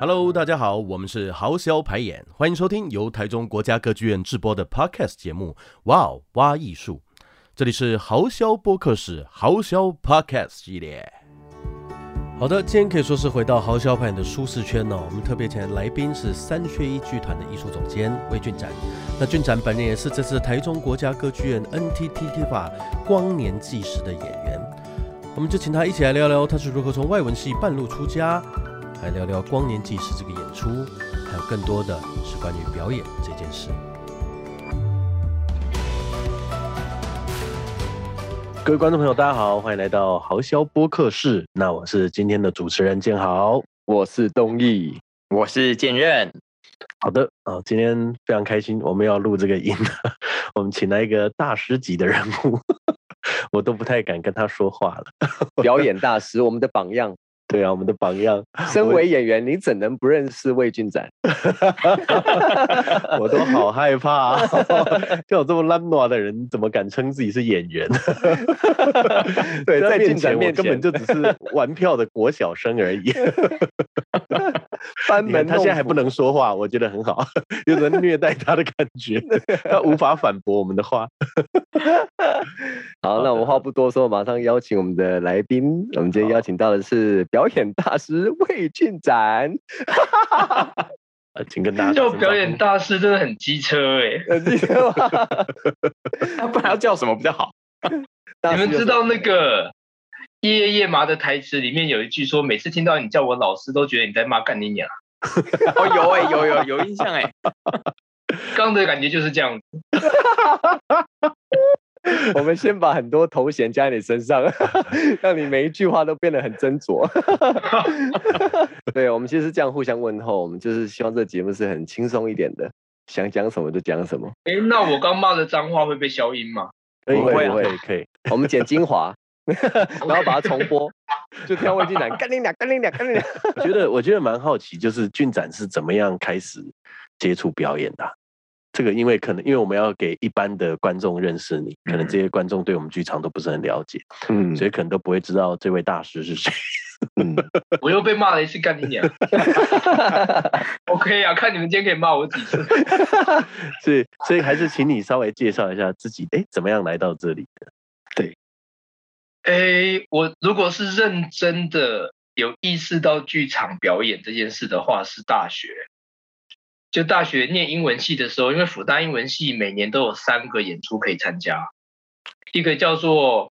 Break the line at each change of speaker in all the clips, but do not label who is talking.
Hello，大家好，我们是豪潇排演，欢迎收听由台中国家歌剧院制播的 Podcast 节目《哇哦哇艺术》，这里是豪潇播客室豪潇 Podcast 系列。好的，今天可以说是回到豪潇排演的舒适圈哦。我们特别请来的来宾是三缺一剧团的艺术总监魏俊展。那俊展本人也是这次台中国家歌剧院 NTT 法光年纪时的演员。我们就请他一起来聊聊他是如何从外文系半路出家，还聊聊光年纪时这个演出，还有更多的是关于表演这件事。各位观众朋友，大家好，欢迎来到豪潇播客室。那我是今天的主持人建豪。
我是 东义，
我是剑刃，
好的啊、今天非常开心，我们要录这个音， 我们请来一个大师级的人物， 我都不太敢跟他说话了。
表演大师，我们的榜样。
对 啊，我们的榜样，
身为演员，你怎能不认识魏俊展？
我都好害怕、啊， 像我这么懒惰的人，怎么敢称自己是演 员？
对，
在
在
面前
俊展
我
面
根本
前
就只是玩票的国小生而 已。
班
你看
门
他现在还不
弄斧
能说话，我觉得很好， 有人虐待他的感 觉，他无法反驳我们的话。
好，
的
那我们话不多说，马上邀请我们的来宾。我们今天邀请到的是表演大师魏俊展。
呃，请跟大家
叫
打声
表
招
演
呼
大师真的很机车哎、
呃你知道 吗
那不然要叫什么比较好？
大
你
师
们
有
知
什么
道那个夜夜夜麻的台词里面有一句说，每次听到你叫我老师，都觉得你在骂干你娘。哦，有
欸
哎、有有有印象哎、刚的感觉就是这样子，
我们先把很多头衔加在你身上， 让你每一句话都变得很斟 酌。对，我们其实是这样互相问候，我们就是希望这节目是很轻松一点的，想讲什么就讲什么。
哎、那我刚骂的脏话会被消音吗？
可以
不
可
会
以
啊
可以可以，
我们剪精华， 然后把它重播，就听到魏晋南干你俩，干你俩，干你俩。
我觉得我觉得蛮好奇，就是俊展是怎么样开始接触表演的啊、这个因为可能因为我们要给一般的观众认识你，可能这些观众对我们剧场都不是很了解，
嗯
所以可能都不会知道这位大师是谁。
嗯，
我又被骂了一次干 你娘。OK 啊，看你们今天可以骂我几次。
所以所以还是请你稍微介绍一下自己，哎，怎么样来到这里的？
诶，我如果是认真的有意识到剧场表演这件事的话，是大学。就大学念英文系的时候，因为辅大英文系每年都有三个演出可以参加，一个叫做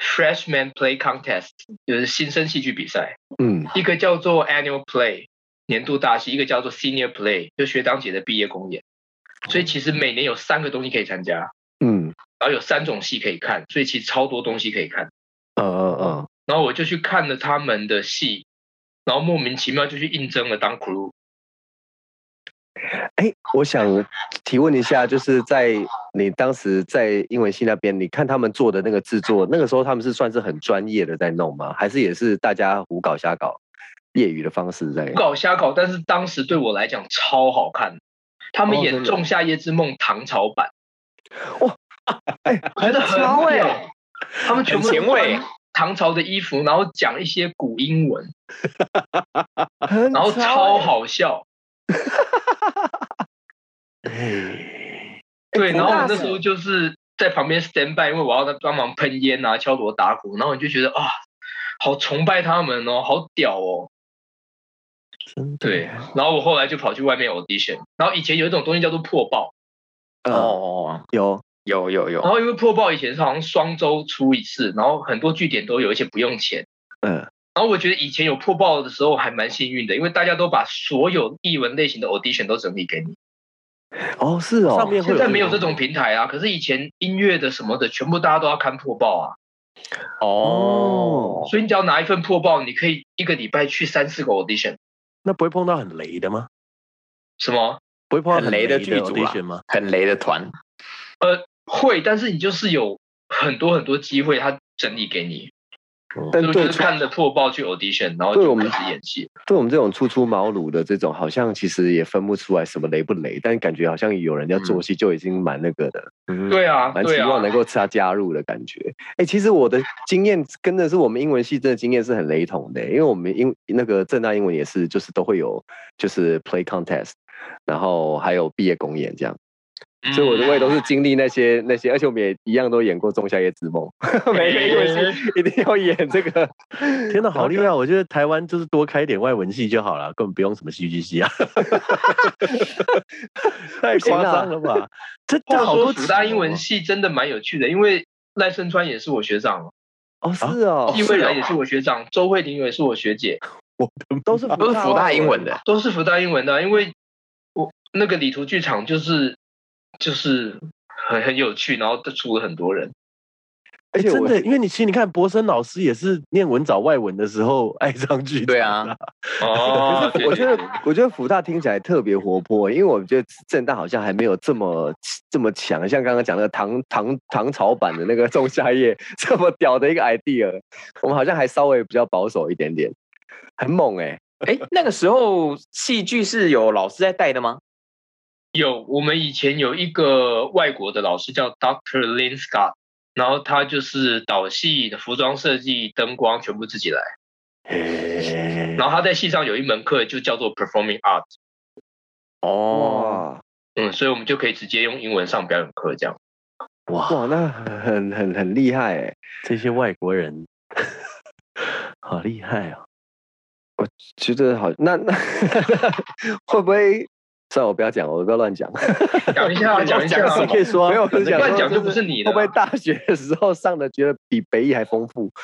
Freshman Play Contest，就是新生戏剧比赛；
嗯
一个叫做 Annual Play，年度大戏；一个叫做 Senior Play，就学长姐的毕业公演。所以其实每年有三个东西可以参加，
嗯
然后有三种戏可以看，所以其实超多东西可以看。
嗯嗯
然后我就去看了他们的戏，然后莫名其妙就去应征了当 crew。
嗯。哎，我想提问一下，就是在你当时在英文系那边，你看他们做的那个制作，那个时候他们是算是很专业的在弄吗？还是也是大家胡搞瞎搞，业余的方式在
不？搞瞎搞，但是当时对我来讲超好看。他们
哦
演
真
《
的
仲夏夜之梦》唐朝版，
哇，哎
我觉得
很潮
很屌
哎
他们全部都
很前卫
穿唐朝的衣服，然后讲一些古英文，
然
然后超。好笑。
哎，
对，
福
然后我
大
那
神
时候就是在旁边 stand by，因为我要帮忙喷烟啊、敲锣打鼓，然后你就觉得啊，好崇拜他们哦，好屌哦。
真的
对，然后我后来就跑去外面 audition，然后以前有一种东西叫做破报，
哦，
哦，
有，
有有
然
有，
后因为破报以前是好像双周出一次，然后很多据点都有，而且不用钱。
嗯
然后我觉得以前有破报的时候还蛮幸运的，因为大家都把所有译文类型的 audition 都整理给你。
哦是哦，
上面会
现在没有
这
这种平台啊，可是以前音乐的什么的，全部大家都要看破报啊。
哦
所以你只要拿一份破报，你可以一个礼拜去三四个 audition。
那不会碰到很雷的吗？
什么？
不会碰到
很雷的
的
剧组啊啦
audition 吗？
很雷的团，
会，但是你就是有很多很多机会，他整理给你。
但
就
对
是看着破报去 audition，然后
对
就
我们
开始演戏。
对我们这种初出茅庐的这种，好像其实也分不出来什么雷不雷，但感觉好像有人要
嗯
做戏就已经蛮那个的，嗯，
对啊，
蛮
对
期
啊，
望能够他加入的感觉。哎、其实我的经验跟的是我们英文系真的经验是很雷同的、因为我们英那个正大英文也是，就是都会有就是 play contest，然后还有毕业公演这样，
嗯
所以我我也都是经历那些那些，而且我们也一样都演过《仲夏夜之梦》，每个英 文系一定要演这个。
天哪，好厉害！我觉得台湾就是多开一点外文系就好了，根本不用什么戏剧系啊，太夸张了吧？ 这这
话
好多
说福大英
哦
文
系
系真的蛮有趣的，因为赖声川也是我学长，
哦，是哦，
易
啊
蔚然也是我学长，周慧玲也是我学姐，
都是
都是福大英文
的。
的，
都是福大英文的啊。因为我那个礼图剧场就是就是很很有趣，然后都出了很多人。
而且
哎真
我
的，因为你其实你看，博森老师也是念文藻外文的时候爱上剧，
对啊，
哦，
我觉
对对
得
对
我觉得福大听起来特别活泼，因为我觉得正大好像还没有这么这么强，像刚刚讲那个唐唐唐朝版的那个仲夏夜 这么屌的一个 idea，我们好像还稍微比较保守一点点，很猛哎、
哎、那个时候戏剧是有老师在带的吗？
有，我们以前有一个外国的老师叫 Dr. Lin Scott，然后他就是导戏、服装设计、灯光全部自己来。然后他在戏上有一门课就叫做 Performing Art，
哦，
哇
嗯，所以我们就可以直接用英文上表演课这样。
哇，
哇，那很很很厉害哎、
这些外国人 好厉害啊！
觉得好那 那会不会？算了，我不要讲，我不要乱讲。
讲一下，讲一下
讲，什
你
么
可以说啊，
没有我是
反正
想
乱
说
讲就不
就是
是你
会
的
不会
啊。
大学的时候上的觉得比北艺还丰富？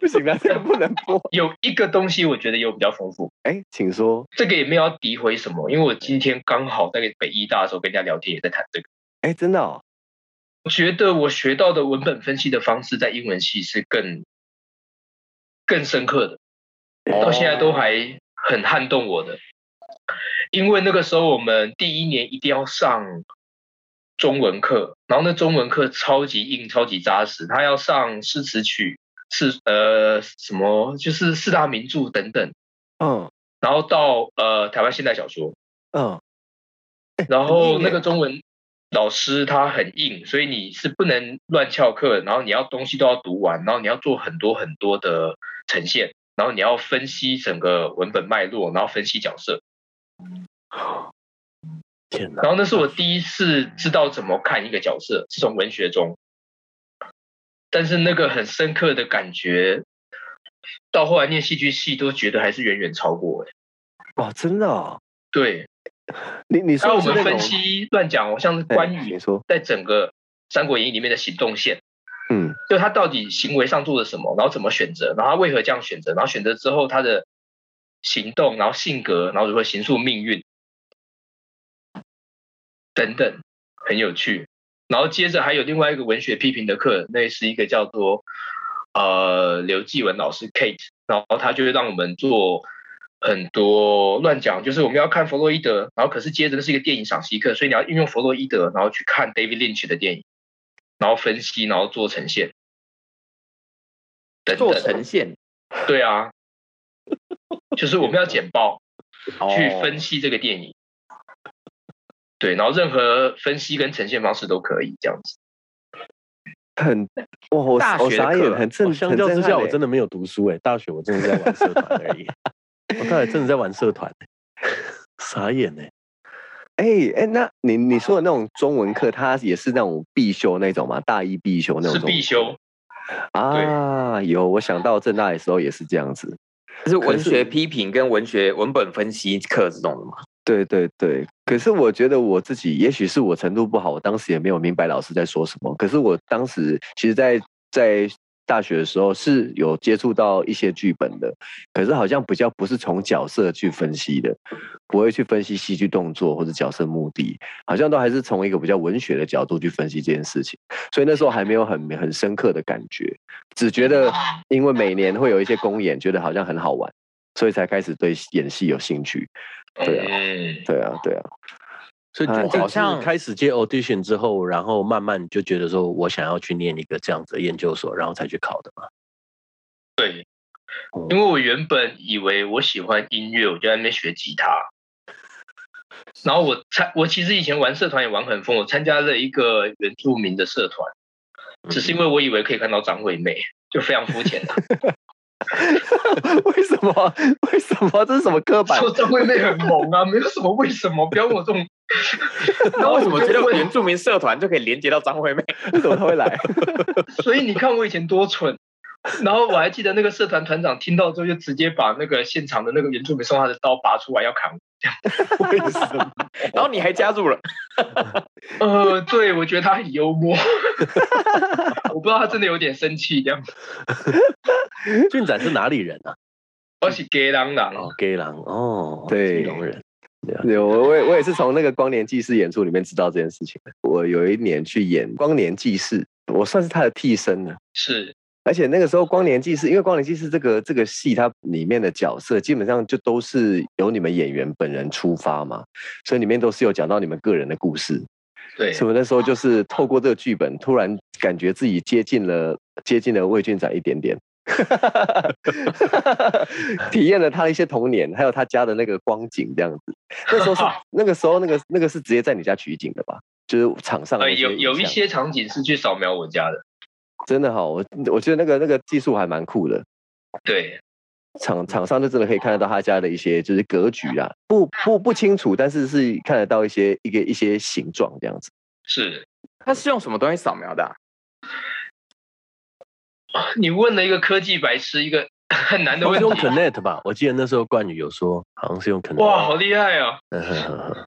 不行了，这个不能播。
有一个东西我觉得有比较丰富，
哎，请说。
这个也没有要诋毁什么，因为我今天刚好在北医大的时候跟人家聊天也在谈这个。
哎，真的哦，
我觉得我学到的文本分析的方式在英文系是更更深刻的，
哦
到现在都还很撼动我的。因为那个时候我们第一年一定要上中文课，然后那中文课超级硬、超级扎实，他要上诗词曲、是呃什么，就是四大名著等等，
嗯
然后到呃台湾现代小说，
嗯，
然后
硬
那
欸
个中文老师他很硬，所以你是不能乱翘课，然后你要东西都要读完，然后你要做很多很多的呈现，然后你要分析整个文本脉络，然后分析角色。
天哪，
然后那是我第一次知道怎么看一个角色，是从文学中。但是那个很深刻的感觉，到后来念戏剧系都觉得还是远远超过、欸、
哇，真的哦。
对，
你你
然
说
后我
是那
们
种
分析乱讲哦，像是
哎
关
你
羽
说，
在整个《三国演义》里面的行动线。
嗯
就他到底行为上做了什么，然后怎么选择，然后他为何这样选择，然后选择之后他的行动，然后性格，然后如何形塑命运等等，很有趣。然后接着还有另外一个文学批评的课，那是一个叫做呃刘继文老师 Kate，然后他就会让我们做很多乱讲，就是我们要看弗洛伊德，然后可是接着那是一个电影赏析课，所以你要运用弗洛伊德，然后去看 David Lynch 的电影，然后分析，然后做呈现，等
做
等
呈，现，
对啊，就是我们要简报，去
哦
分析这个电影。对，然后任何分析跟呈现方式都可以这样子。
很哇，我
大
我
学的
傻
课
眼，
啊
很震，欸
相较之下，我真的
的
没有读书哎、大学我真的在玩社团而 已，我大学真的在玩社团、欸，傻眼 哎、
哎哎，那你你说的那种中文课，它也是那种必修那种吗？大一必
哦
修那种
是
中文
必修，
啊？有，我想到正大的时候也是这样子。
就是文
可是
学批评跟文学文本分析课这种的嘛。
对对对，可是我觉得我自己，也许是我程度不好，我当时也没有明白老师在说什么。可是我当时其实在，在大学的时候是有接触到一些剧本的，可是好像比较不是从角色去分析的，不会去分析戏剧动作或者角色目的，好像都还是从一个比较文学的角度去分析这件事情。所以那时候还没有很很深刻的感觉，只觉得因为每年会有一些公演，觉得好像很好玩，所以才开始对演戏有兴趣。对啊
嗯，
对啊，对啊。
所以
哎
就
好
像
像
开始接 audition 之后，然后慢慢就觉得说我想要去念一个这样子的研究所，然后才去考的嘛。
对
哦，
因为我原本以为我喜欢音乐，我就在那边学吉他。然后我参，我其实以前玩社团也玩很疯，我参加了一个原住民的社团，
嗯
只是因为我以为可以看到张惠妹，就非常肤 浅的。啊
为什么？为什么？这是什么刻板？
说张惠妹很萌啊，没有什么为什么，不要问我这种。
那为什么觉得原住民社团就可以连接到张惠妹？
为什么他会 来？
所以你看我以前多蠢。然后我还记得那个社团团长听到之后，就直接把那个现场的那个原住民送他的刀拔出来要砍我。
为什么？
然后你还加入了，
呃，对，我觉得他很幽默， 我不知道他真的有点生气这样。
俊展是哪里人啊？
我是 gay 郎郎，
哦，gay 郎哦，基
对
隆人。
对，啊我我也我也是从那个光年纪事演出里面知道这件事情的。我有一年去演光年纪事，我算是他的替身了。
是
而且那个时候光年纪事，因为光年纪事这个这个戏，它里面的角色基本上就都是由你们演员本人出发嘛，所以里面都是有讲到你们个人的故事。
对，
所以我那时候就是透过这个剧本，突然感觉自己接近了接近了魏俊仔一点点。 体验了他的一些童年，还有他家的那个光景这样子。那时候 是那个时候那个那个是直接在你家取景的吧？就是场上的
呃，
那些
有有
影
一
像
些场景是去扫描我家的，
真的好，我我觉得那个那个技术还蛮酷的。
对，
场场上就真的可以看得到他家的一些就是格局啊，不不不清楚，但是是看得到一些一个一些形状这样子。
是
他是用什么东西扫描的啊、
你问了一个科技白痴一个 很难的
都
问
哦是用
题，
Connect 吧？我记得那时候冠宇有说，好像是用 Connect。
哇，好厉害哦！
嗯哼哼哼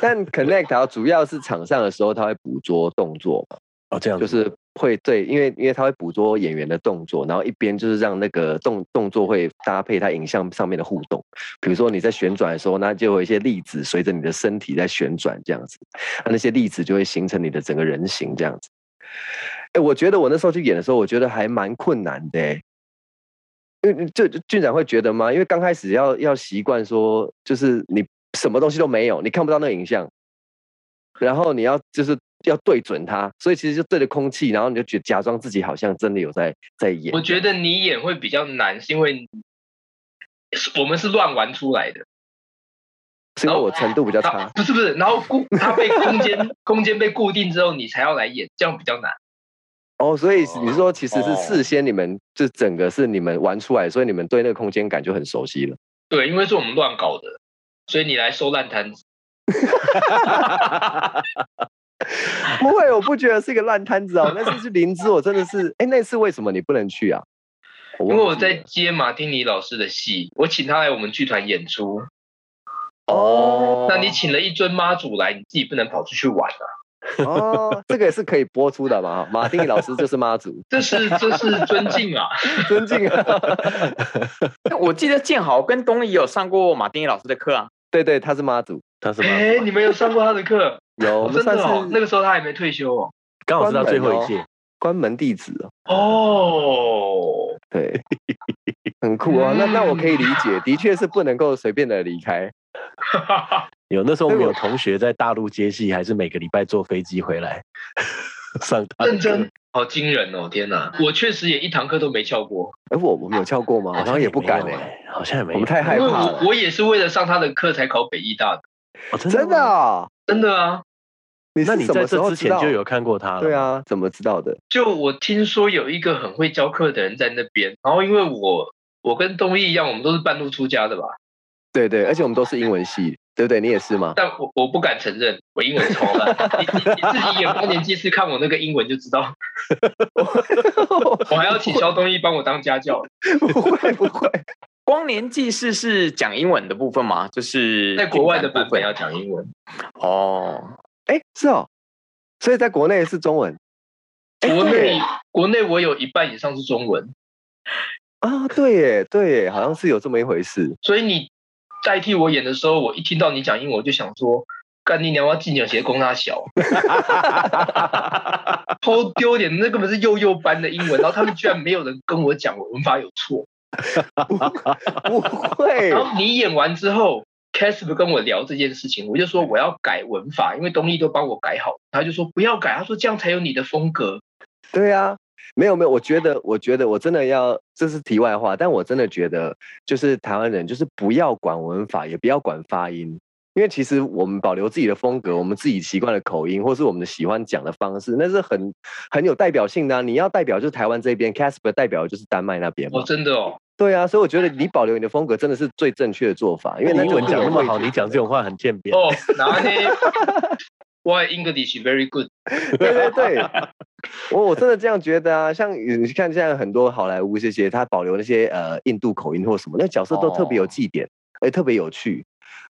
但 Connect 啊，主要是场上的时候他会捕捉动作嘛，
哦，这样
就
子
是会对，因为因为他会捕捉演员的动作，然后一边就是让那个动动作会搭配他影像上面的互动，比如说你在旋转的时候，那就有一些粒子随着你的身体在旋转这样子，那那些粒子就会形成你的整个人形这样子。哎，我觉得我那时候去演的时候，我觉得还蛮困难的诶，因为嗯这俊展会觉得吗？因为刚开始要要习惯说，就是你什么东西都没有，你看不到那个影像，然后你要就是要对准它，所以其实就对着空气，然后你就觉假装自己好像真的有在在演。
我觉得你演会比较难，是因为我们是乱玩出来的。
是因为我程度比较
他
差，
不是不是，然后固它被空间 空间被固定之后，你才要来演，这样比较难。
哦，所以你是说其实是
哦
事先你们就整个是你们玩出来，所以你们对那个空间感就很熟悉了。
对，因为是我们乱搞的，所以你来收烂摊子。
不会，我不觉得是一个烂摊子哦。那次去灵芝，我真的是，哎，那次为什么你不能去啊？因
因为我在接马丁尼老师的戏，我请他来我们剧团演出。
哦，
那你请了一尊妈祖来，你自己不能跑出去玩啊！
哦，这个也是可以播出的嘛？马丁老师就是妈祖，
这是这是尊敬啊！
尊敬啊。
那我记得建豪跟东丽也有上过马丁老师的课啊。
对对，他是妈祖，
他是
哎、
吗？
你们有上过他的课？
有我们
真
算
的哦，那
是
个时候他还没退休哦。
刚好是他最后一
关门哦
届，
关门弟子哦。
哦，
对，很酷啊。那那我可以理解，的确是不能够随便的离开。
哈哈哈
有那时候我们
对
有
我
同学在大陆接戏，还是每个礼拜坐飞机回来上他的
哦认
课
真，好惊人哦！天哪，我确实也一堂课都没翘过，
哎，我我们有跳过吗？好像也不敢
哎、
欸
哎，
好像也没有
我们太害
因为
怕了
我。我也是为了上他的课才考北医大的，
哦真
真的
吗
啊？
真的啊。
你
那
是
你
什
在
么时
这
候
之
知
前
道
就有看过他了？
对，啊，怎么知道的？
就我听说有一个很会教课的人在那边，然后因为我我跟东义一样，我们都是半路出家的吧，
对对，而且我们都是英文系，对不对？你也 是吗？
但我我不敢承认我英文超烂，你你你自己演光年纪是看我那个英文就知道，我还要请肖东义帮我当家教，
不会不会，
光年记事是讲英文的部分吗？就是
在国外的版
部
本
分
要讲英文，
哦。
哎，是哦，所以在国内是中文哎
国
对
内
耶
国内我有一半以上是中文，
啊？对耶对耶，好像是有这么一回事。
所以你代替我演的时候，我一听到你讲英文，我就想说。干你娘！我要进你鞋攻他小，超丢脸！那根本是幼幼班的英文，然后他们居然没有人跟我讲我文法有错，
不会
哦
然后你演完之后， c a s p 跟我聊这件事情，我就说我要改文法，因为东立都帮我改好，他就说不要改，他说这样才有你的风格。
对啊，没有没有，我觉得我觉得我真的要，这是题外话，但我真的觉得就是台湾人就是不要管文法，也不要管发音。因为其实我们保留自己的风格，我们自己习惯的口音，或是我们的喜欢讲的方式，那是很很有代表性的、啊。你要代表就是台湾这边，Casper 代表的就是丹麦那边嘛。
哦，真的哦，
对啊，所以我觉得你保留你的风格真的是最正确的做法，因为那
英
就
文
是
讲那
我
么
会
好，
觉
你
得
讲这种话很渐变。
哦，哪里？Why English very good？
对对对，我我真的这样觉得啊。像你看现在很多好莱坞这些，他保留那些呃印度口音或什么，那角色都特别有
哦
祭点，哎、特别有趣。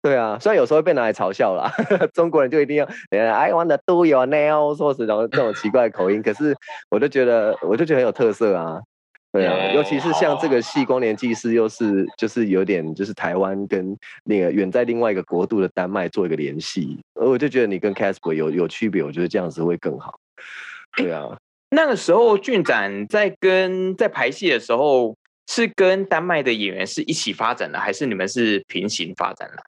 对啊，虽然有时候会被拿来嘲笑啦， 中国人就一定要呃 I want to do your nails 或是然后这种奇怪的口音，可是我就觉得我就觉得很有特色啊。对啊，
哦
尤其是像这
好
个戏《光年纪事》，又是就是有点就是台湾跟那个远在另外一个国度的丹麦做一个联系，而我就觉得你跟 Casper 有有区别，我觉得这样子会更好。对啊，
那个时候俊展在跟在排戏的时候，是跟丹麦的演员是一起发展的，还是你们是平行发展的？啊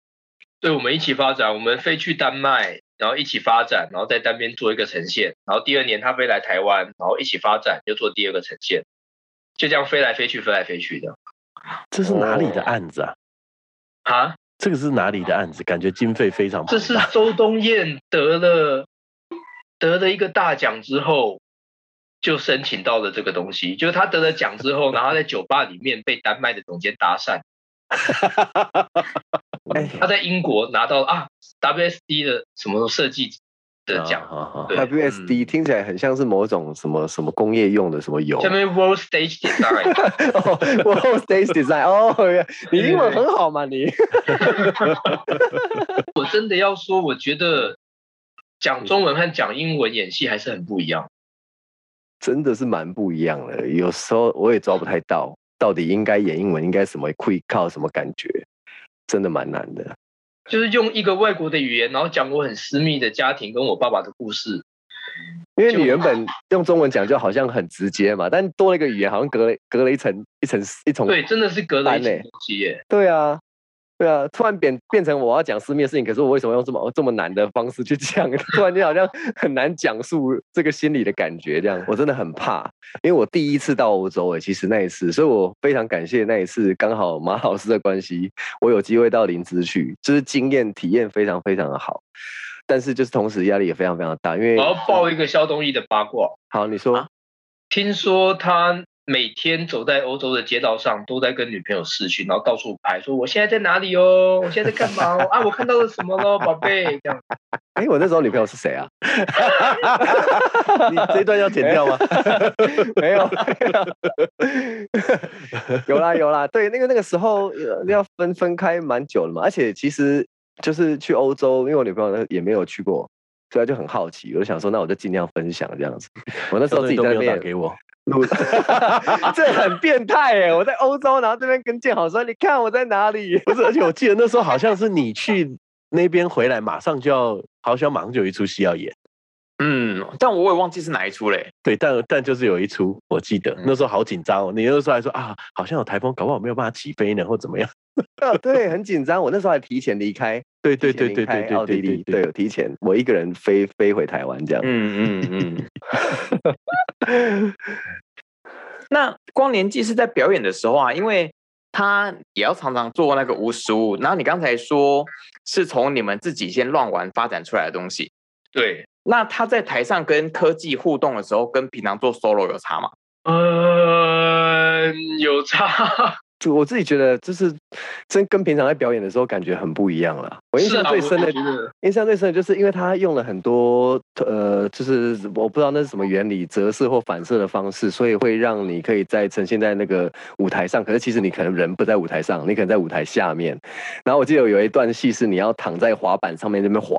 对，我们一起发展，我们飞去丹麦，然后一起发展，然后在单边做一个呈现，然后第二年他飞来台湾，然后一起发展，又做第二个呈现，就这样飞来飞去，飞来飞去的
这是哪里的
哦
案子啊？
啊。
这个是哪里的案子？感觉经费非常庞大。
这是周冬燕得了得了一个大奖之后，就申请到了这个东西，就是她得了奖之后，然后她在酒吧里面被丹麦的总监搭讪，
哎，
她在英国拿到啊 WSD 的什么设计的
啊
奖，
好好
对嗯
WSD 听起来很像是某种什么什么工业用的什么油。
下面 World Stage 哎 Design。
哦，我 stage design 哦，你英文很好嘛你？
我真的要说，我觉得讲中文和讲英文演戏还是很不一样。
真的是蛮不一样的，有时候我也抓不太到，到底应该演英文，应该什么 quick 靠什么感觉，真的蛮难的。
就是用一个外国的语言，然后讲我很私密的家庭跟我爸爸的故事。
因为
就
你原本用中文讲就好像很直接嘛，但多了一个语言，好像隔了隔了一层一层一层。
对，真的是隔了
烦
一层
欸
东西耶。
对啊，对啊，突然变变成我要讲私密的事情，可是我为什么用这么这么难的方式去讲？ 突然间好像很难讲述这个心里的感觉，这样我真的很怕，因为我第一次到欧洲欸诶，其实那一次，所以我非常感谢那一次，刚好马老师的关系，我有机会到林芝去，就是经验体验非常非常的好，但是就是同时压力也非常非常大，因为
我要爆一个肖东义的八卦，
好你说、
啊
听说他每天走在欧洲的街道上，都在跟女朋友视讯，然后到处拍，说我现在在哪里 哦，我现在在干嘛哦，啊，我看到了什么咯，宝贝，这样。
哎、我那时候女朋友是谁啊？
你这一段要剪 掉吗？
没有，没有 有啦有啦，对，那个那个时候呃要分分开蛮久了嘛，而且其实就是去欧洲，因为我女朋友呢也没有去过，所以她就很好奇，我就想说，那我就尽量分享这样 子。我那时候自己
都
在
没
那
有打
边
给我，
录， 这很变态哎！我在欧洲，然后这边跟建豪说，你看我在哪里？
不是，而且我记得那时候好像是你去那边回来，马上就要，好像马上就有一出戏要演。
嗯，但我也忘记是哪一出嘞。
对，但但就是有一出，我记得
嗯
那时候好紧张哦。你那时候还说啊，好像有台风，搞不好没有办法起飞呢，或怎么样？
呃对，很紧张，我那时候还提前离开，
对对
提前
对对
离开
对
奥
对
地
对
利，
对
对，
对。
我提前，我一个人飞飞回台湾这样。
嗯嗯嗯。
嗯
那光年纪是在表演的时候啊，因为他也要常常做那个无实物。然后你刚才说是从你们自己先乱玩发展出来的东西，
对，
那他在台上跟科技互动的时候，跟平常做 solo 有差吗？
嗯、有差，
就我自己觉得，就是真跟平常在表演的时候感觉很不一样了。我印
是
象
啊
最深的，
我觉得
印象最深的就是因为他用了很多呃，就是我不知道那是什么原理，折射或反射的方式，所以会让你可以在呈现在那个舞台上。可是其实你可能人不在舞台上，你可能在舞台下面。然后我记得有一段戏是你要躺在滑板上面那边滑，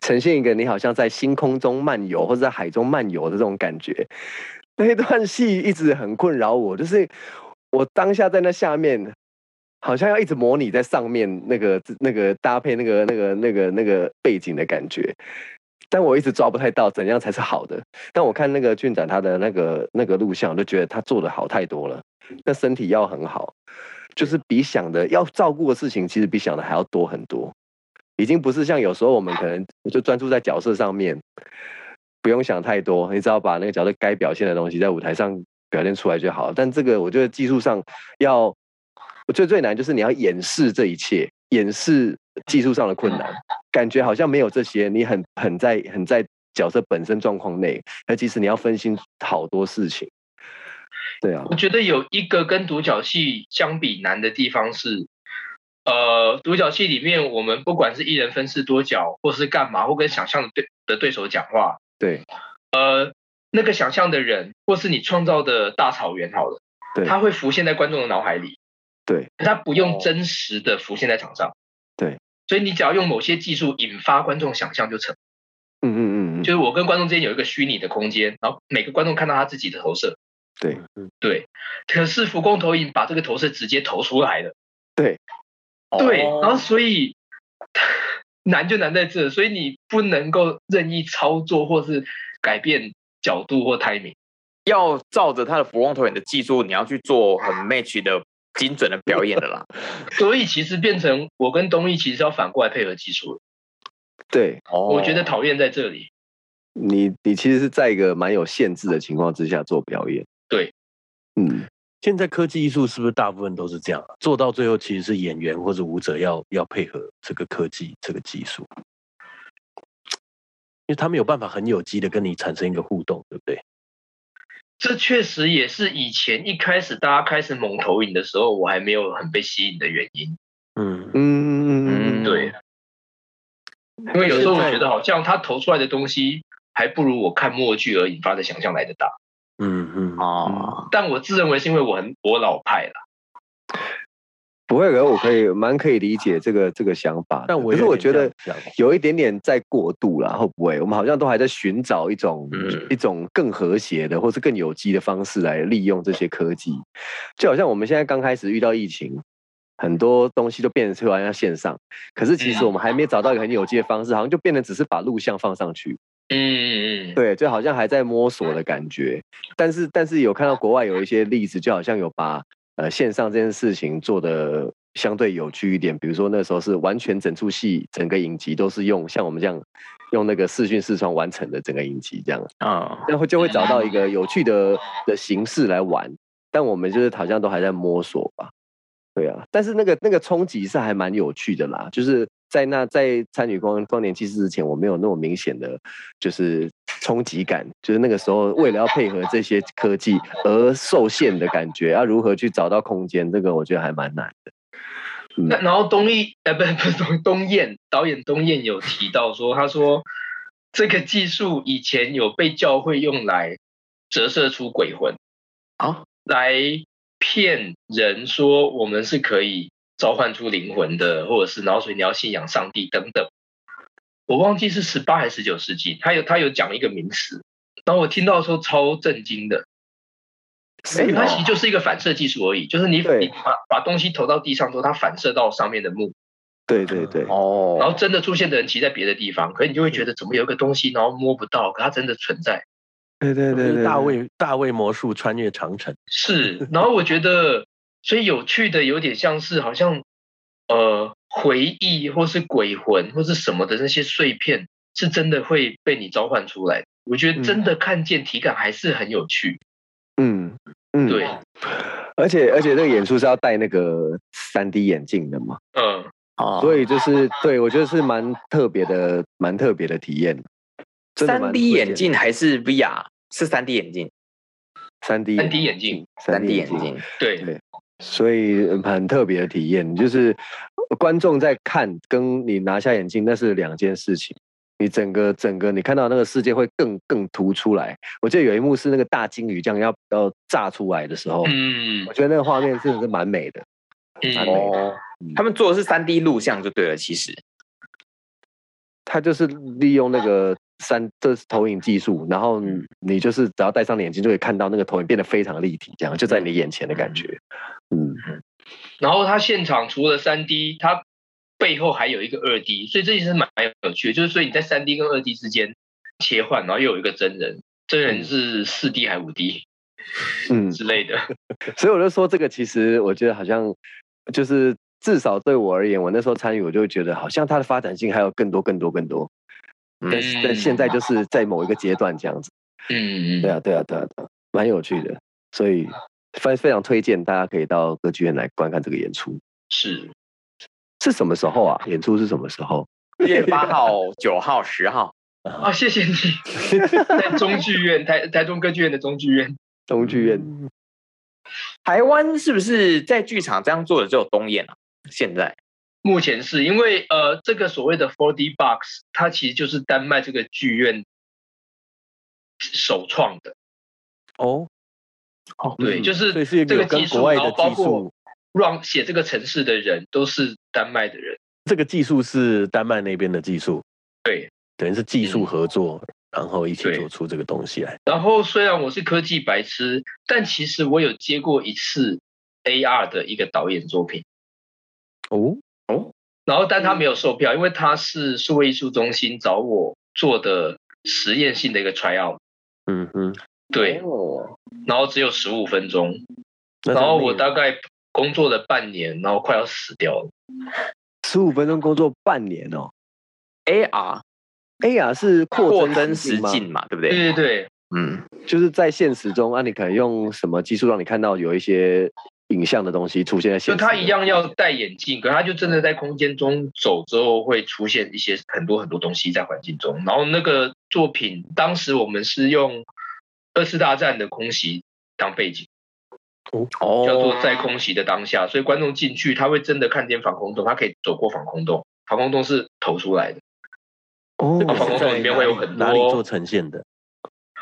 呈现一个你好像在星空中漫游或者在海中漫游的这种感觉。那一段戏一直很困扰我，就是我当下在那下面，好像要一直模拟在上面那个那个搭配那个那个那个那个背景的感觉，但我一直抓不太到怎样才是好的。但我看那个俊展他的那个那个录像，我就觉得他做的好太多了，那身体要很好。就是比想的要照顾的事情，其实比想的还要多很多。已经不是像有时候我们可能就专注在角色上面，不用想太多，你只要把那个角色该表现的东西在舞台上表现出来就好。但这个我觉得技术上要，我觉得最难就是你要掩饰这一切，掩饰技术上的困难，感觉好像没有这些，你很很在很在角色本身状况内，那其实你要分心好多事情。对啊，
我觉得有一个跟独角戏相比难的地方是，呃，独角戏里面我们不管是一人分饰多角，或是干嘛，或跟想象的对的对手讲话，
对
呃，那个想象的人，或是你创造的大草原，好了，
对
它会浮现在观众的脑海里，
对，
它不
哦
用真实的浮现在场上，
对，
所以你只要用某些技术引发观众想象就成，
嗯嗯嗯嗯
就，是我跟观众之间有一个虚拟的空间，然后每个观众看到他自己的投射，
对
嗯
对，可是浮光投影把这个投射直接投出来了。对，
哦
然后所以 难就难在这，所以你不能够任意操作或是改变角度或 timing。
要照着他的浮光投影的技术，你要去做很 match 的精准的表演的啦。
所以其实变成我跟东艺其实是要反过来配合技术的，
对，
哦
我觉得讨厌在这里。
你你其实是在一个蛮有限制的情况之下做表演。
对，
嗯，
现在科技艺术是不是大部分都是这样啊、做到最后其实是演员或者舞者要要配合这个科技这个技术，因为他们有办法很有机的跟你产生一个互动，对不对？
这确实也是以前一开始大家开始猛投影的时候，我还没有很被吸引的原因。
嗯，
嗯
嗯
对，因为有时候我觉得好像他投出来的东西，还不如我看默剧而引发的想象来的大。
嗯嗯，
啊，
但我自认为是因为我很我老派了。
不会，可是我可以蛮可以理解这个这个想法的。
但我
可是
有
我觉
点
得
这样想哦
有一点点在过度了，会不会？我们好像都还在寻找一种、
嗯
一种更和谐的，或是更有机的方式来利用这些科技。就好像我们现在刚开始遇到疫情，很多东西都变成突然要线上，可是其实
嗯
啊
我们还没找到一个很有机的方式，好像就变得只是把录像放上去，
嗯嗯嗯，
对，就好像还在摸索的感觉。但是但是有看到国外有一些例子，就好像有把呃线上这件事情做的相对有趣一点，比如说那时候是完全整出戏、整个影集都是用像我们这样用那个视讯视窗完成的整个影集这样，
嗯，
然后就会找到一个有趣的的形式来玩。但我们就是好像都还在摸索吧，对啊。但是那个那个冲击是还蛮有趣的啦，就是在那在参与光光年祭祀之前，我没有那么明显的就是冲击感，就是那个时候为了要配合这些科技而受限的感觉，啊要如何去找到空间，这个我觉得还蛮难的。
那然后东艺呃不不是东东燕导演东燕有提到说，他说这个技术以前有被教会用来折射出鬼魂
啊，
来骗人说我们是可以召唤出灵魂的，或者是然后所以你要信仰上帝等等。我忘记是十八还是十九世纪，他有他有讲一个名词，然后我听到的时候超震惊的，
哎
是
它
哦
其实就是一个反射技术而已，就是你
对
你把把东西投到地上之后，它反射到上面的木，
对对对，
哦，
然后真的出现的人其实在别的地方，可是你就会觉得怎么有一个东西，然后摸不到，可它真的存在。
对对
就
对
是
对，
大卫大卫魔术穿越长城，
是，然后我觉得，所以有趣的有点像是好像呃回忆或是鬼魂或是什么的那些碎片，是真的会被你召唤出来的。我觉得真的看见体感还是很有趣，
嗯嗯，
对，
而且而且那个演出是要戴那个三 D 眼镜的嘛。
嗯，
哦，
所以就是对我觉得是蛮特别的，蛮特别的体验。真的蛮
三 D
推荐
眼镜还是 VR？是三 D 眼镜，
三 D
三 D 眼镜，
三
三
D
D
眼
眼镜，
镜，
对，
所以嗯很特别的体验，就是观众在看跟你拿下眼镜那是两件事情。你整个整个你看到那个世界会更更突出来。我记得有一幕是那个大金鱼这样要要炸出来的时候，
嗯
我觉得那个画面真的是蛮美的。蛮
嗯，
美的
哦，他们做的是三 D 录像就对了，其实
它就是利用那个三这是投影技术，然后你就是只要戴上眼镜就可以看到那个投影变得非常立体，这样就在你眼前的感觉。嗯，
然后它现场除了三 D，它背后还有一个二 D，所以这也是蛮有趣的。就是所以你在三 D 跟二 D 之间切换，然后又有一个真人，真人是四 D 还五 D
嗯
之类的。
所以我就说这个其实我觉得好像就是至少对我而言，我那时候参与，我就会觉得好像它的发展性还有更多、更多、更多。但
嗯
嗯
但现在就是在某一个阶段这样子。
嗯，
对啊，对啊，对啊，对啊，蛮有趣的，所以非非常推荐大家可以到歌剧院来观看这个演出。
是
是什么时候啊？演出是什么时候？
一月八号、九号、十号，
啊，谢谢你，在中 剧院，台台中歌剧院的中剧院，
东剧院
台湾是不是在剧场这样做的只有东燕啊？现在
目前是因为呃，这个所谓的 4D box，它其实就是丹麦这个剧院首创的，
哦，哦，
对，
嗯
就是
所以是一
这
有
个
跟
技
国
术，
外
然
的
后包
技
括
术，
让写这个城市的人都是丹麦的人，
这个技术是丹麦那边的技术，
对。
等于是技术
嗯
合作，然后一起
对
做出这个东西来。
然后虽然我是科技白痴，但其实我有接过一次 AR 的一个导演作品。
哦，
然后但他没有售票，因为他是数位艺术中心找我做的实验性的一个 tryout，
嗯哼，
对，
哦
然后只有十五分钟，
那
然后我
到
大概工作了半年，然后快要死掉了。
十五分钟工作半年哦。
AR
AR 是
扩
扩
增
实
实
吗
境嘛，对不
对
对？
对对，
嗯，
就是在现实中啊，你可能用什么技术让你看到有一些影像的东西出现在现
就
实？
他一，样要戴眼镜，可他就真的在空间中走之后会出现一些很多很多东西在环境中。然后那个作品，当时我们是用二次大战的空袭当背景。
哦
叫做在空袭的当下，所以观众进去他会真的看见防空洞，他可以走过防空洞，防空洞是投出来的。
哦
这个防空洞里面会有很多
哪里做呈现的？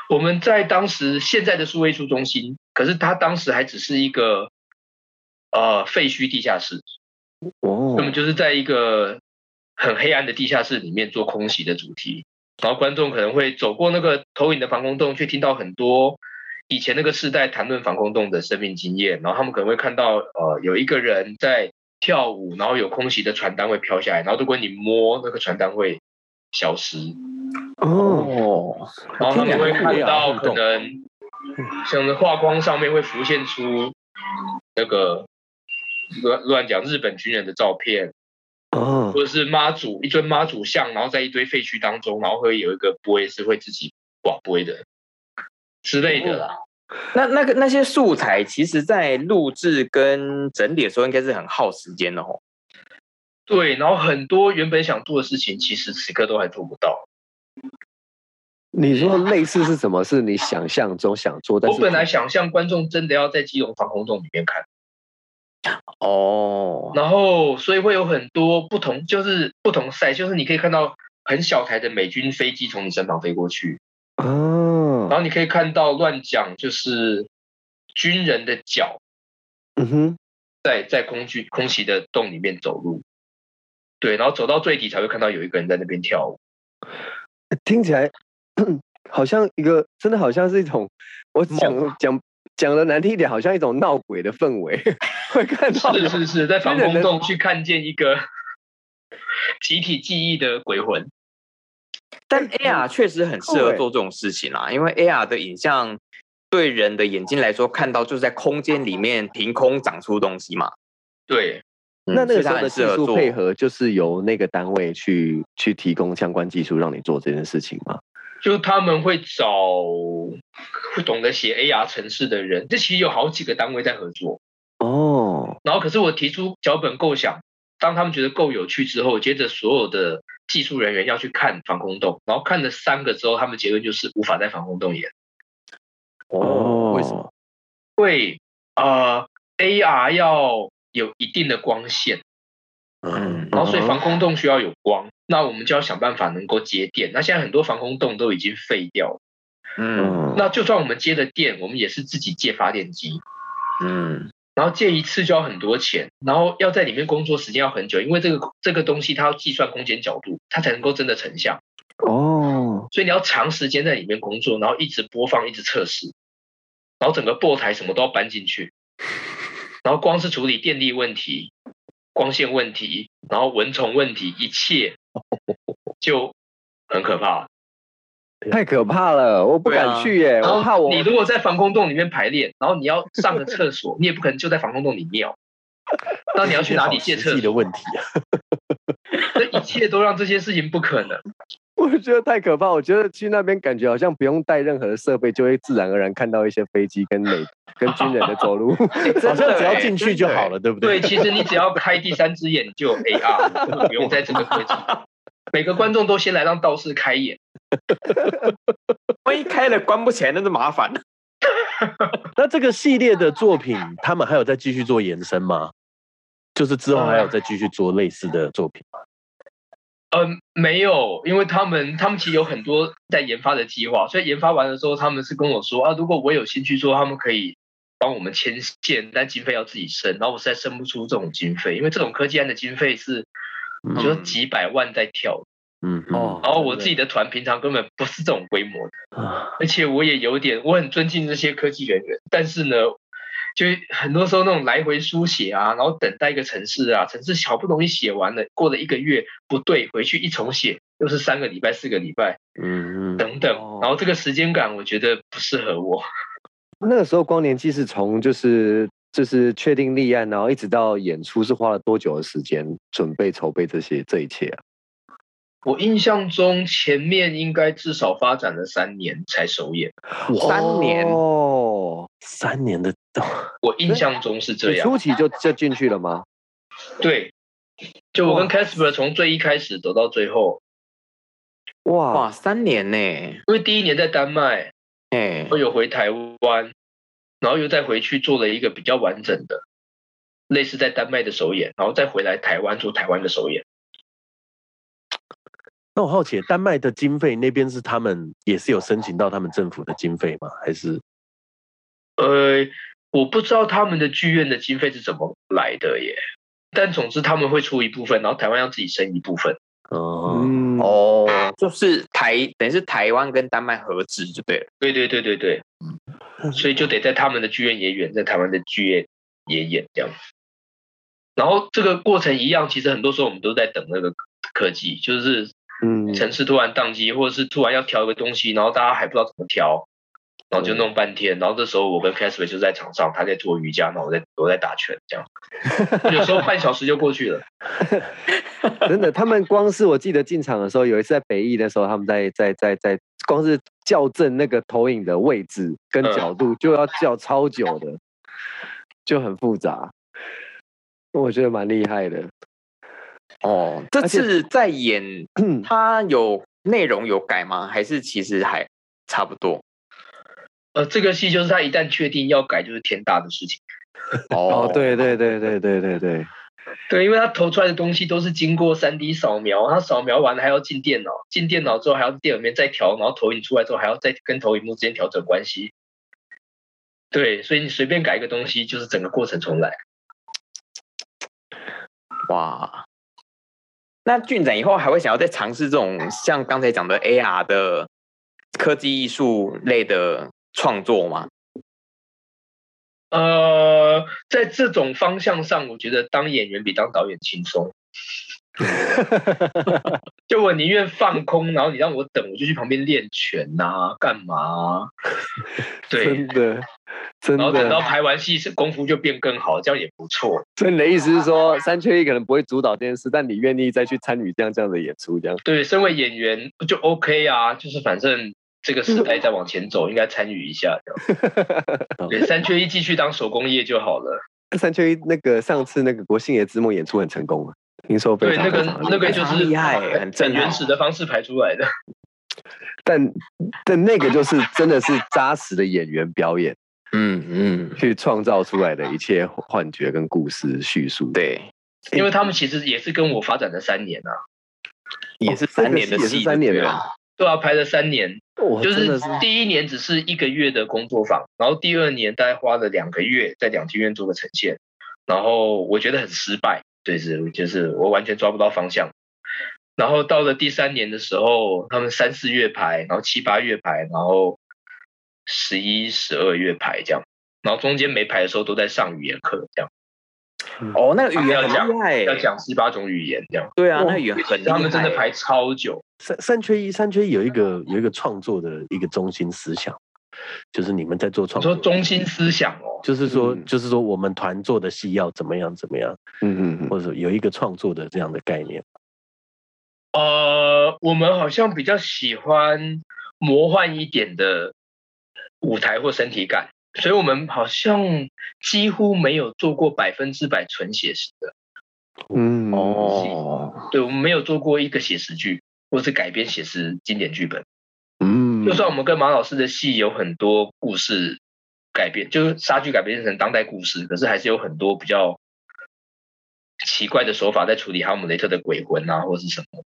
我们在当时现在的数位艺术中心，可是它当时还只是一个呃废墟地下室，
哦
那，么就是在一个很黑暗的地下室里面做空袭的主题，然后观众可能会走过那个投影的防空洞，去听到很多以前那个世代谈论防空洞的生命经验，然后他们可能会看到呃有一个人在跳舞，然后有空袭的传单会飘下来，然后如果你摸那个传单会消失，
哦，
哦，
然后他们会看到
听起来很酷
可
耶
能像是画框上面会浮现出那个乱乱讲日本军人的照片。
哦，
或者是妈祖一尊妈祖像，然后在一堆废墟当中，然后会有一个波是会自己刮波的之类的
哦
啦。
那那个那些素材，其实在录制跟整理的时候，应该是很耗时间的哦。
对，然后很多原本想做的事情，其实此刻都还做不到。
你说类似是什么？是你想象中想做，但
我
是
本来想象观众真的要在基隆防空洞里面看，
哦，
然后所以会有很多不同，就是不同赛，就是你可以看到很小台的美军飞机从你身旁飞过去，然
哦，
后你可以看到乱讲就是军人的脚
嗯哼，
在在空军空袭的洞里面走路，对，然后走到最底才会看到有一个人在那边跳舞。
听起来 好像一个真的好像是一种，我讲讲讲的难听一点，好像一种闹鬼的氛围， 会看到
是
有
是是，在防
真的
空
能
洞去看见一个 集体记忆的鬼魂。
嗯
但 AR 确实很适合做这种事情啦，因为 AR 的影像对人的眼睛来说，看到就是在空间里面凭空长出东西嘛。
对，
嗯
那那个时
所以它
候
很
的技
适合
术
做
配合，就是由那个单位去去提供相关技术，让你做这件事情吗？
就他们会找会懂得写 AR 城市的人，这其实有好几个单位在合作。
哦，
然后可是我提出脚本构想，当他们觉得够有趣之后，接着所有的技术人员要去看防空洞，然后看了三个之后，他们结论就是无法在防空洞演。
哦，为什么？
么？
会呃 AR 要有一定的光线，
嗯
然后所以
嗯
防空洞需要有光，那我们就要想办法能够接电。那现在很多防空洞都已经废掉了，
嗯
嗯，
那就算我们接的电，我们也是自己借发电机，
嗯
然后借一次就要很多钱，然后要在里面工作时间要很久，因为这个这个东西它要计算空间角度，它才能够真的成像，
哦，
所以你要长时间在里面工作，然后一直播放，一直测试，然后整个播台什么都要搬进去，然后光是处理电力问题、光线问题，然后蚊虫问题，一 切就很可怕。
太可怕了，我不
对啊
敢去耶，哎
然
我怕
后
我
你如果在防空洞里面排练，然后你要上个厕所，你也不可能就在防空洞里尿，那你要去哪里借
好
厕
实际的
所？
问题 啊？
这一切都让这些事情不可能。
我觉得太可怕。我觉得去那边感觉好像不用带任何的设备，就会自然而然看到一些飞机跟美跟军人的走路，好像只
欸
要进去就好了，对不
对，
对？
其实你只要开第三只眼就有 AR，了根本不用在这个科技。每个观众都先来让道士开眼，
万一开了关不起来，那就麻烦了。
那这个系列的作品，他们还有再继续做延伸吗？就是之后还
啊
有再继续做类似的作品吗？
嗯，没有，因为他们他们其实有很多在研发的计划，所以研发完了之后，他们是跟我说啊，如果我有兴趣说，他们可以帮我们牵线，但经费要自己申。然后我实在申不出这种经费，因为这种科技案的经费是，
嗯
你说几百万在跳，
嗯，
哦
然后我自己的团平常根本不是这种规模的，
啊
而且我也有点，我很尊敬这些科技人员，但是呢。就很多时候那种来回书写啊，然后等待一个城市啊，城市好不容易写完了，过了一个月不对，回去一重写，又是三个礼拜、四个礼拜，
嗯，嗯
等等
哦，
然后这个时间感我觉得不适合我。
那个时候光年纪是从就是就是确定立案，然后一直到演出是花了多久的时间准备筹备这些这一切啊？
我印象中前面应该至少发展了三年才首演，
三年
哦，三年的，
我印象中是这
你初
样。
期就就进去了 吗？
对，就我跟 Casper 从最一开始走到最后，
哇，
哇，三年呢、
因为第一年在丹麦，
哎、
嗯
我有回台湾，然后又再回去做了一个比较完整的，类似在丹麦的首演，然后再回来台湾做台湾的首演。
那我好奇，丹麦的经费那边是他们也是有申请到他们政府的经费吗？还是
呃，我不知道他们的剧院的经费是怎么来的耶，但总之他们会出一部分，然后台湾要自己生一部分。
嗯，
嗯哦，就是台等于是台湾跟丹麦合资就对了。
对对对对对，所以就得在他们的剧院也演，在台湾的剧院也演这样。然后这个过程一样，其实很多时候我们都在等那个科技，就是
嗯
城市突然宕机，或者是突然要调一个东西，然后大家还不知道怎么调，然后就弄半天。然后这时候我跟 Casper 就在场上，他在做瑜伽，然后我在我在打拳，这样有时候半小时就过去了。
真的，他们光是我记得进场的时候，有一次在北艺的时候，他们在在在在光是校正那个投影的位置跟
嗯
角度，就要校超久的，就很复杂。我觉得蛮厉害的，
哦，这
而且
次在演
嗯
它有内容有改吗？还是其实还差不多？
呃，这个戏就是他一旦确定要改，就是天大的事情。
哦，对对对对对对 对，
对，因为他投出来的东西都是经过3 D 扫描，他扫描完了还要进电脑，进电脑之后还要电脑里面再调，然后投影出来之后还要再跟投影幕之间调整关系。对，所以你随便改一个东西，就是整个过程重来。
哇。那俊展以后还会想要再尝试这种像刚才讲的 AR 的科技艺术类的创作吗？
呃，在这种方向上，我觉得当演员比当导演轻松。就我宁愿放空，然后你让我等，我就去旁边练拳呐、干嘛啊、对
真，的真
然后等
的。
到排完戏，是功夫就变更好，这样也不错。
所以你的意思是说，三缺一可能不会主导这件事，但你愿意再去参与这样这样的演出，这样
对，身为演员就 OK 啊，就是反正这个时代在往前走，应该参与一下这样。
呃
对，三缺一继续当手工业就好了。
三缺一那个上次那个国庆爷之梦演出很成功啊，听说非
对，
常
那个
非常厉害
那个
非
就
常
是
厉害很震撼
原始的方式排出来的。
但但那个就是真的是扎实的演员表演
嗯嗯，
去创造出来的一切幻觉跟故事叙述。，
对，
因为他们其实也是跟我发展了三年啊，
也是三年
哦
的
这个
戏，
戏也是三年
对
的
啊，
对啊，排了三年，
我
就
真
是
的是
第一年只是一个月的工作坊，然后第二年大概花了两个月在两厅院做个呈现，然后我觉得很失败，对，是就是我完全抓不到方向。然后到了第三年的时候，他们三四月排，然后七八月排，然后十一、十二月排这样，然后中间没排的时候都在上语言课，这样
哦，那个语言
啊要讲
很厉害欸，
要讲十八种语言这样，
对啊，那个语言很厉害，
他们真的排超久。
三三缺一，三缺一有一个有一个创作的一个中心思想，就是你们在做
我
创
说
作，
中心思想哦，
就是说、
嗯
就是说我们团做的戏要怎么样怎么样，
嗯嗯嗯，
或者有一个创作的这样的概念。
呃，我们好像比较喜欢魔幻一点的舞台或身体感，所以我们好像几乎没有做过百分之百纯写实的，
嗯，
哦，
对我们没有做过一个写实剧或是改编写实经典剧本。
嗯，
就算我们跟马老师的戏有很多故事改编，就是莎剧改编成当代故事，可是还是有很多比较奇怪的手法在处理哈姆雷特的鬼魂啊，或是什么。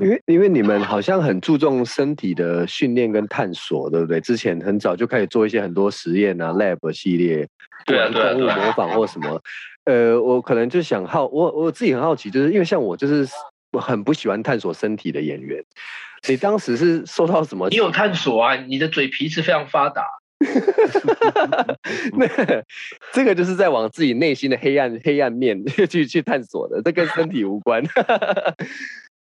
因为因为你们好像很注重身体的训练跟探索，对不对？之前很早就开始做一些很多实验啊，lab 系列，
对啊
不
对啊
管是动物
对啊
模仿或什么。呃，我可能就想好，我我自己很好奇，就是因为像我就是我很不喜欢探索身体的演员，你当时是受到什么
你有探索啊，你的嘴皮是非常发达。
那这个就是在往自己内心的黑暗黑暗面去去探索的，这跟身体无关。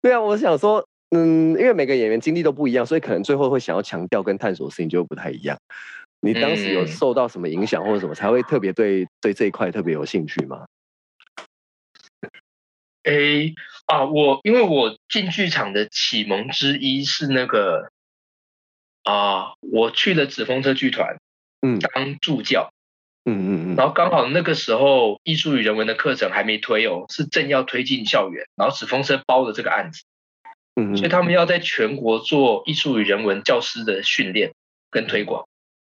对啊，我想说，嗯，因为每个演员经历都不一样，所以可能最后会想要强调跟探索的事情就会不太一样。你当时有
嗯
受到什么影响或者什么，才会特别对对这一块特别有兴趣吗？
诶啊，我因为我进剧场的启蒙之一是那个啊，我去了紫风车剧团
嗯
当助教，
嗯嗯嗯，
然后刚好那个时候艺术与人文的课程还没推哦，是正要推进校园，然后紫风车包了这个案子，
嗯
所以他们要在全国做艺术与人文教师的训练跟推广，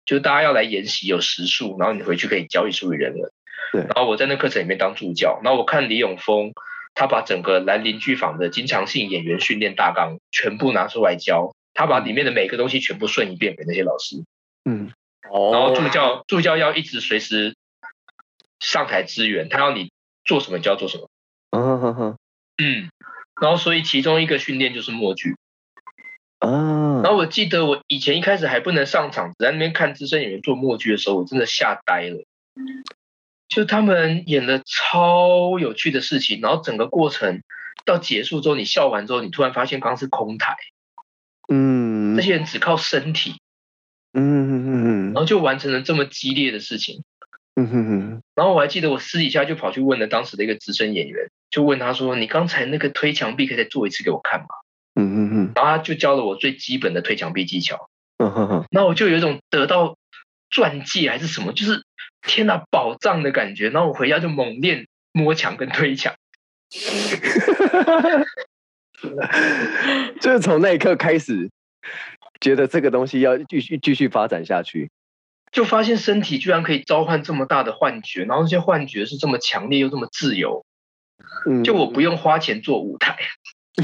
就是大家要来研习有时数，然后你回去可以教艺术与人文。
对
然后我在那课程里面当助教，然后我看李永峰，他把整个兰陵剧坊的经常性演员训练大纲全部拿出来教，他把里面的每个东西全部顺一遍给那些老师，
嗯
然后助
哦，
教助教要一直随时上台支援，他要你做什么你就要做什么。
啊哈哈
嗯，然后所以其中一个训练就是默剧。
啊
然后我记得我以前一开始还不能上场，只在那边看资深演员做默剧的时候，我真的吓呆了。就他们演了超有趣的事情，然后整个过程到结束之后，你笑完之后，你突然发现刚刚是空台，
嗯
这些人只靠身体，
嗯嗯嗯
然后就完成了这么激烈的事情。
嗯嗯
然后我还记得我私底下就跑去问了当时的一个资深演员，就问他说：“你刚才那个推墙壁可以再做一次给我看吗
嗯嗯？”
然后他就教了我最基本的推墙壁技巧。
嗯嗯
然后我就有一种得到钻戒还是什么，就是天哪宝藏的感觉。然后我回家就猛练摸墙跟推墙，
就是从那一刻开始，觉得这个东西要继续继续发展下去。
就发现身体居然可以召唤这么大的幻觉，然后这些幻觉是这么强烈又这么自由，
嗯
就 我不用花钱做舞 台，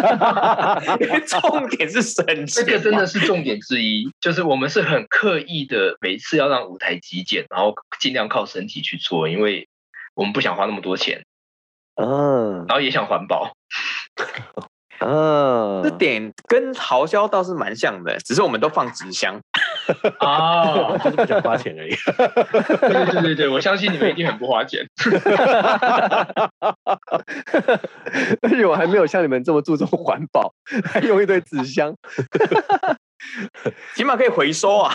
啊
重点是省
这
钱，
个真的是重点之一，就是我们是很刻意的，每一次要让舞台极简，然后尽量靠身体去做，因为我们不想花那么多钱，
啊
然后也想环保。
啊，
这点跟豪销倒是蛮像的，只是我们都放纸箱。
啊，
就是不想花钱而已。
对对对对对，我相信你们一定很不花钱。
而且我还没有像你们这么注重环保，还用一堆纸箱。
起码可以回收啊！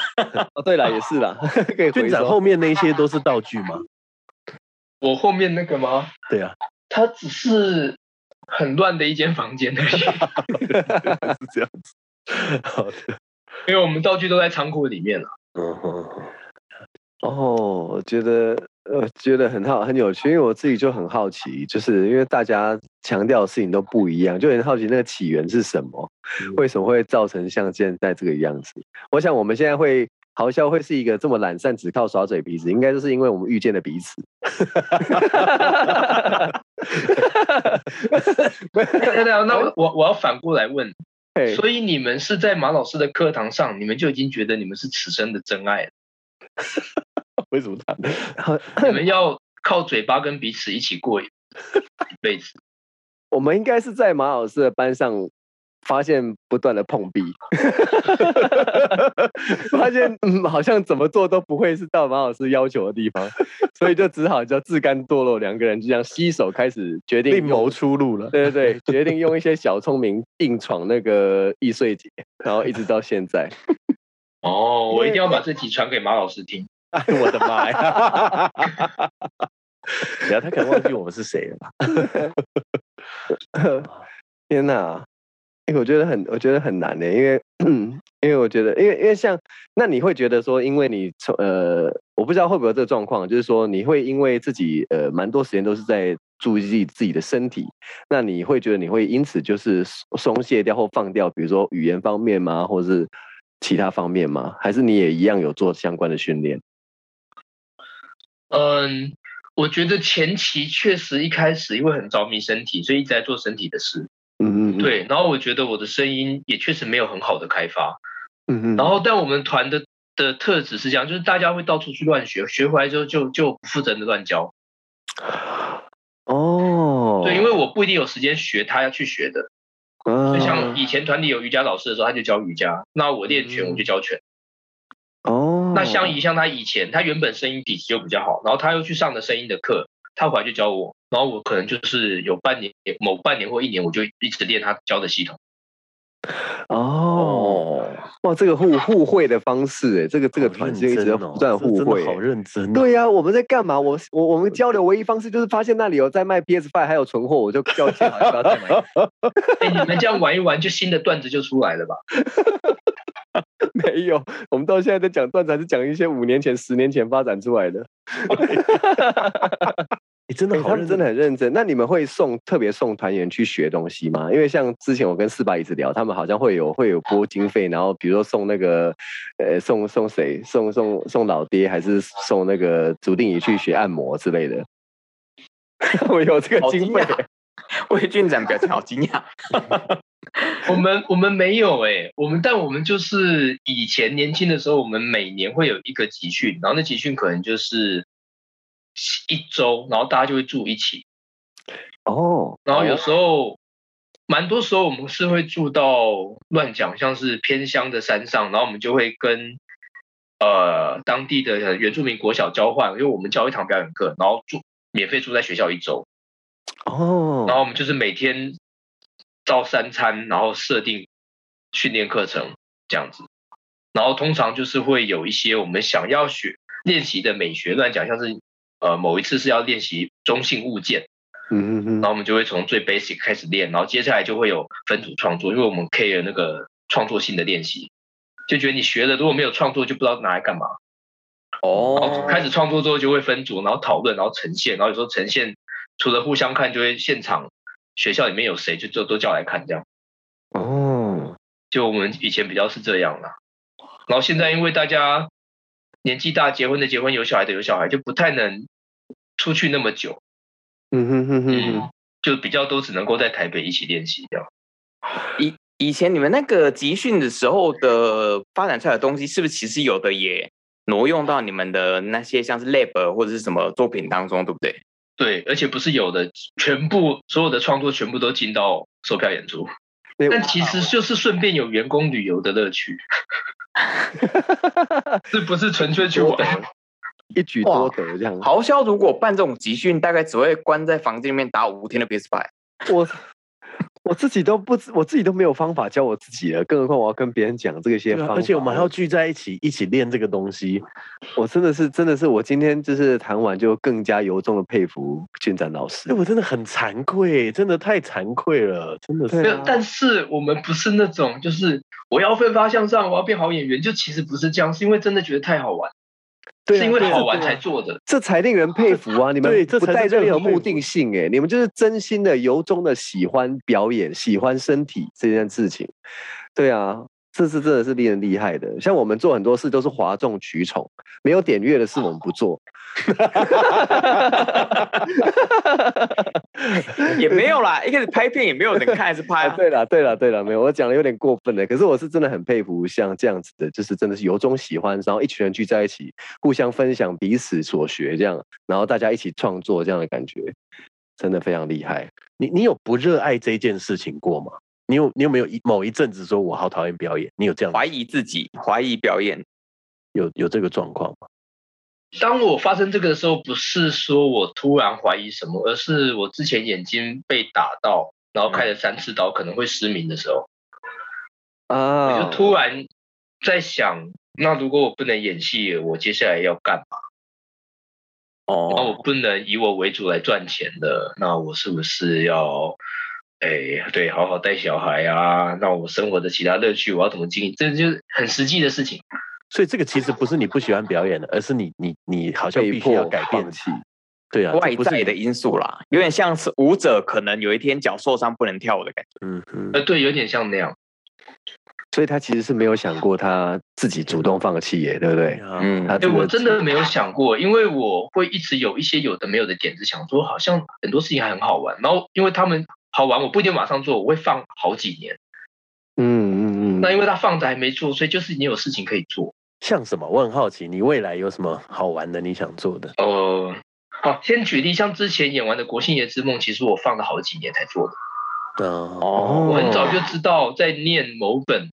哦，对了，也是啦， 可以
院
回
长
收。
后面那一些都是道具吗？
我后面那个吗？
对啊，
它只是很乱的一间房间而已，
是这样子。好的，
因为我们道具都在仓库里面 了。
嗯哼，
哦，我觉得呃，觉得很好，很有趣，因为我自己就很好奇，就是因为大家强调的事情都不一样，就很好奇那个起源是什么，
嗯
为什么会造成像现在这个样子？我想我们现在会。豪笑会是一个这么懒散，只靠耍嘴皮子，应该就是因为我们遇见了彼此。
那那那我我我要反过来问，
哎
嘿
所以你们是在马老师的课堂上，你们就已经觉得你们是此生的真 爱了，
为什么他？
好
你们要靠嘴巴跟彼此一起过一辈子。
我们应该是在马老师的班上发现不断的碰 壁，发现嗯好像怎么做都不会是到马老师要求的地方， 所以就只好就自甘堕落，两个人就这样携手开始决定
另
用
谋出路了。
对对对，决定用一些小聪明硬闯那个易碎节，然后一直到现在。
哦，我一定要
因为
把这集传给马老师听。
哎，我的妈 呀！啊
然后他可能忘记我们是谁了吧。
啊
天哪！哎、我觉得很，我觉得很难的，因为 因为我觉得，因为因为像，那你会觉得说，因为你从呃，我不知道会不会有这个状况，就是说你会因为自己呃，蛮多时间都是在注意自己自己的身体，那你会觉得你会因此就是松松懈掉或放掉，比如说语言方面吗，或是其他方面吗？还是你也一样有做相关的训练？
嗯，我觉得前期确实一开始因为很着迷身体，所以一直在做身体的事。
嗯嗯，嗯，
对，然后我觉得我的声音也确实没有很好的开发。
嗯嗯，
然后，但我们团的的特质是这样，就是大家会到处去乱学，学回来之后就就不负责任的乱教。
哦，嗯
对，因为我不一定有时间学他要去学的。
就
就像以前团里有瑜伽老师的时候，他就教瑜伽；那我练拳，我就教拳。
嗯哦，
那相宜像他以前，他原本声音底子就比较好，然后他又去上了声音的课，他回来就教我，然后我可能就是有半年、某半年或一年，我就一直练他教的系统。
哦，哇，这个互互惠的方式，哎，这个这个
好
团
认
就一直在
真哦
不断
这真
互
的
惠。欸
好认真、哦。
对呀、我们在干嘛？我我我们交流唯一方式就是发现那里有在卖 PS Five，还有存货，我就交 钱，好像不要再买了。
哎，你们这样玩一玩，就新的段子就出来了吧？
没有，我们到现在在讲段子，还是讲一些五年前、十年前发展出来的。
诶真的
欸、
好
他
认
们
真
真的很认真。那你们会送特别送团员去学东西吗？因为像之前我跟四把椅子聊，他们好像会有会有拨经费，然后比如说送那个呃送送谁送送送老爹，还是送那个竹定仪去学按摩之类的。 我有这个
好
经
惊
费，
讶魏俊展表情好惊讶，
我们我们没有哎、我们但我们就是以前年轻的时候，我们每年会有一个集训，然后那集训可能就是一周，然后大家就会住一起，
哦，
然后有时候蛮多时候我们是会住到乱讲，像是偏乡的山上，然后我们就会跟呃当地的原住民国小交换，因为我们教一堂表演课，然后住免费住在学校一周，
哦，
然后我们就是每天照三餐，然后设定训练课程这样子，然后通常就是会有一些我们想要学练习的美学乱讲，像是呃某一次是要练习中性物件。
嗯嗯
然后我们就会从最 basic 开始练，然后接下来就会有分组创作，因为我们 care 那个创作性的练习，就觉得你学了如果没有创作就不知道拿来干嘛。然后
哦，
开始创作之后就会分组，然后讨论，然后呈现，然后有时候呈现除了互相看，就会现场学校里面有谁就就都叫来看这样。
哼，哦，
就我们以前比较是这样啦，啊然后现在因为大家年纪大，结婚的结婚，有小孩的有小孩，就不太能出去那么久，
嗯哼哼哼哼，
嗯，就比较都只能够在台北一起练习这样。
以以前你们那个集训的时候的发展出来的东西，是不是其实有的也挪用到你们的那些像是 lab 或者是什么作品当中，对不对？
对，而且不是有的，全部所有的创作全部都进到售票演出，
对
但其实就是顺便有员工旅游的乐 趣，是不是纯粹去
哎啊
玩？
一举多得这样。
豪销如果办这种集训，大概只会关在房间里面打五天的 PS Five。
我我自己都不知，我自己都没有方法教我自己了，更何况我要跟别人讲这些
对
方
啊
法。
而且我们还要聚在一起一起练这个东西。
我真的是真的是，我今天就是谈完就更加由衷的佩服俊展老师
哎，。我真的很惭愧，真的太惭愧了，真的是。
没
对啊
有，但是我们不是那种就是我要奋发向上，我要变好演员，就其实不是这样，是因为真的觉得太好玩，
对啊
是因为好玩
对啊
才做的。
这才令人佩服啊！你们
对这
不
才
带
是最
任何
令人佩
目
服
的性哎、你们就是真心的、由衷的喜欢表演、喜欢身体这件事情。对啊，这是真的是令人厉害的。像我们做很多事都是哗众取宠，没有点阅的事我们不做。
也没有啦，一开始拍片也没有人看，还是拍、
啊，
啊。
对了，对了，对了，没有，我讲的有点过分了。可是我是真的很佩服像这样子的，就是真的是由衷喜欢，然后一群人聚在一起，互相分享彼此所学，这样，然后大家一起创作这样的感觉，真的非常厉害。
你你有不热爱这件事情过吗？你有你有没有一某一阵子说我好讨厌表演？你有这样
怀疑自己，怀疑表演，
有有这个状况吗？
当我发生这个的时候，不是说我突然怀疑什么，而是我之前眼睛被打到，然后
嗯
开了三次刀，可能会失明的时候。我
啊
就突然在想，那如果我不能演戏，我接下来要干嘛？那我
哦，
不能以我为主来赚钱的，那我是不是要，哎，对，好好带小孩啊？那我生活的其他乐趣，我要怎么经营？这就是很实际的事情。
所以这个其实不是你不喜欢表演的，而是你你你好像
被
必须要
迫
改变
放。弃。
对啊，这
外
不是
在
你
的因素啦，有点像是舞者可能有一天脚受伤不能跳舞的感觉。
嗯哼
呃，对，有点像那样。
所以他其实是没有想过他自己主动放弃耶，对不对？
啊
嗯，
他
哎，
这个
我真的没有想过，因为我会一直有一些有的没有的点子，想说好像很多事情还很好玩，然后因为他们好玩，我不一定马上做，我会放好几年。
嗯嗯嗯，
那因为他放着还没做，所以就是你有事情可以做。
像什么？我很好奇，你未来有什么好玩的？你想做的？
呃，好，先举例，像之前演完的《国庆节之梦》，其实我放了好几年才做的。
哦，
哦，
我很早就知道，在念某本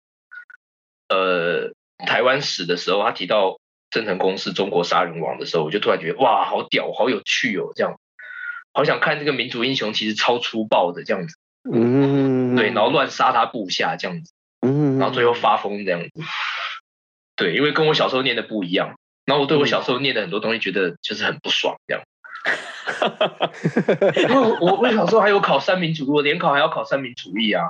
呃台湾史的时候，他提到郑成功是中国杀人王的时候，我就突然觉得哇，好屌，好有趣哦，这样，好想看这个民族英雄，其实超粗暴的这样子，
嗯
对，然后乱杀他部下这样子，
嗯，
然后最后发疯这样子，对，因为跟我小时候念的不一样，然后我对我
嗯
小时候念的很多东西觉得就是很不爽 这样。因为我我我小时候还有考三民主义，我联考还要考三民主义啊，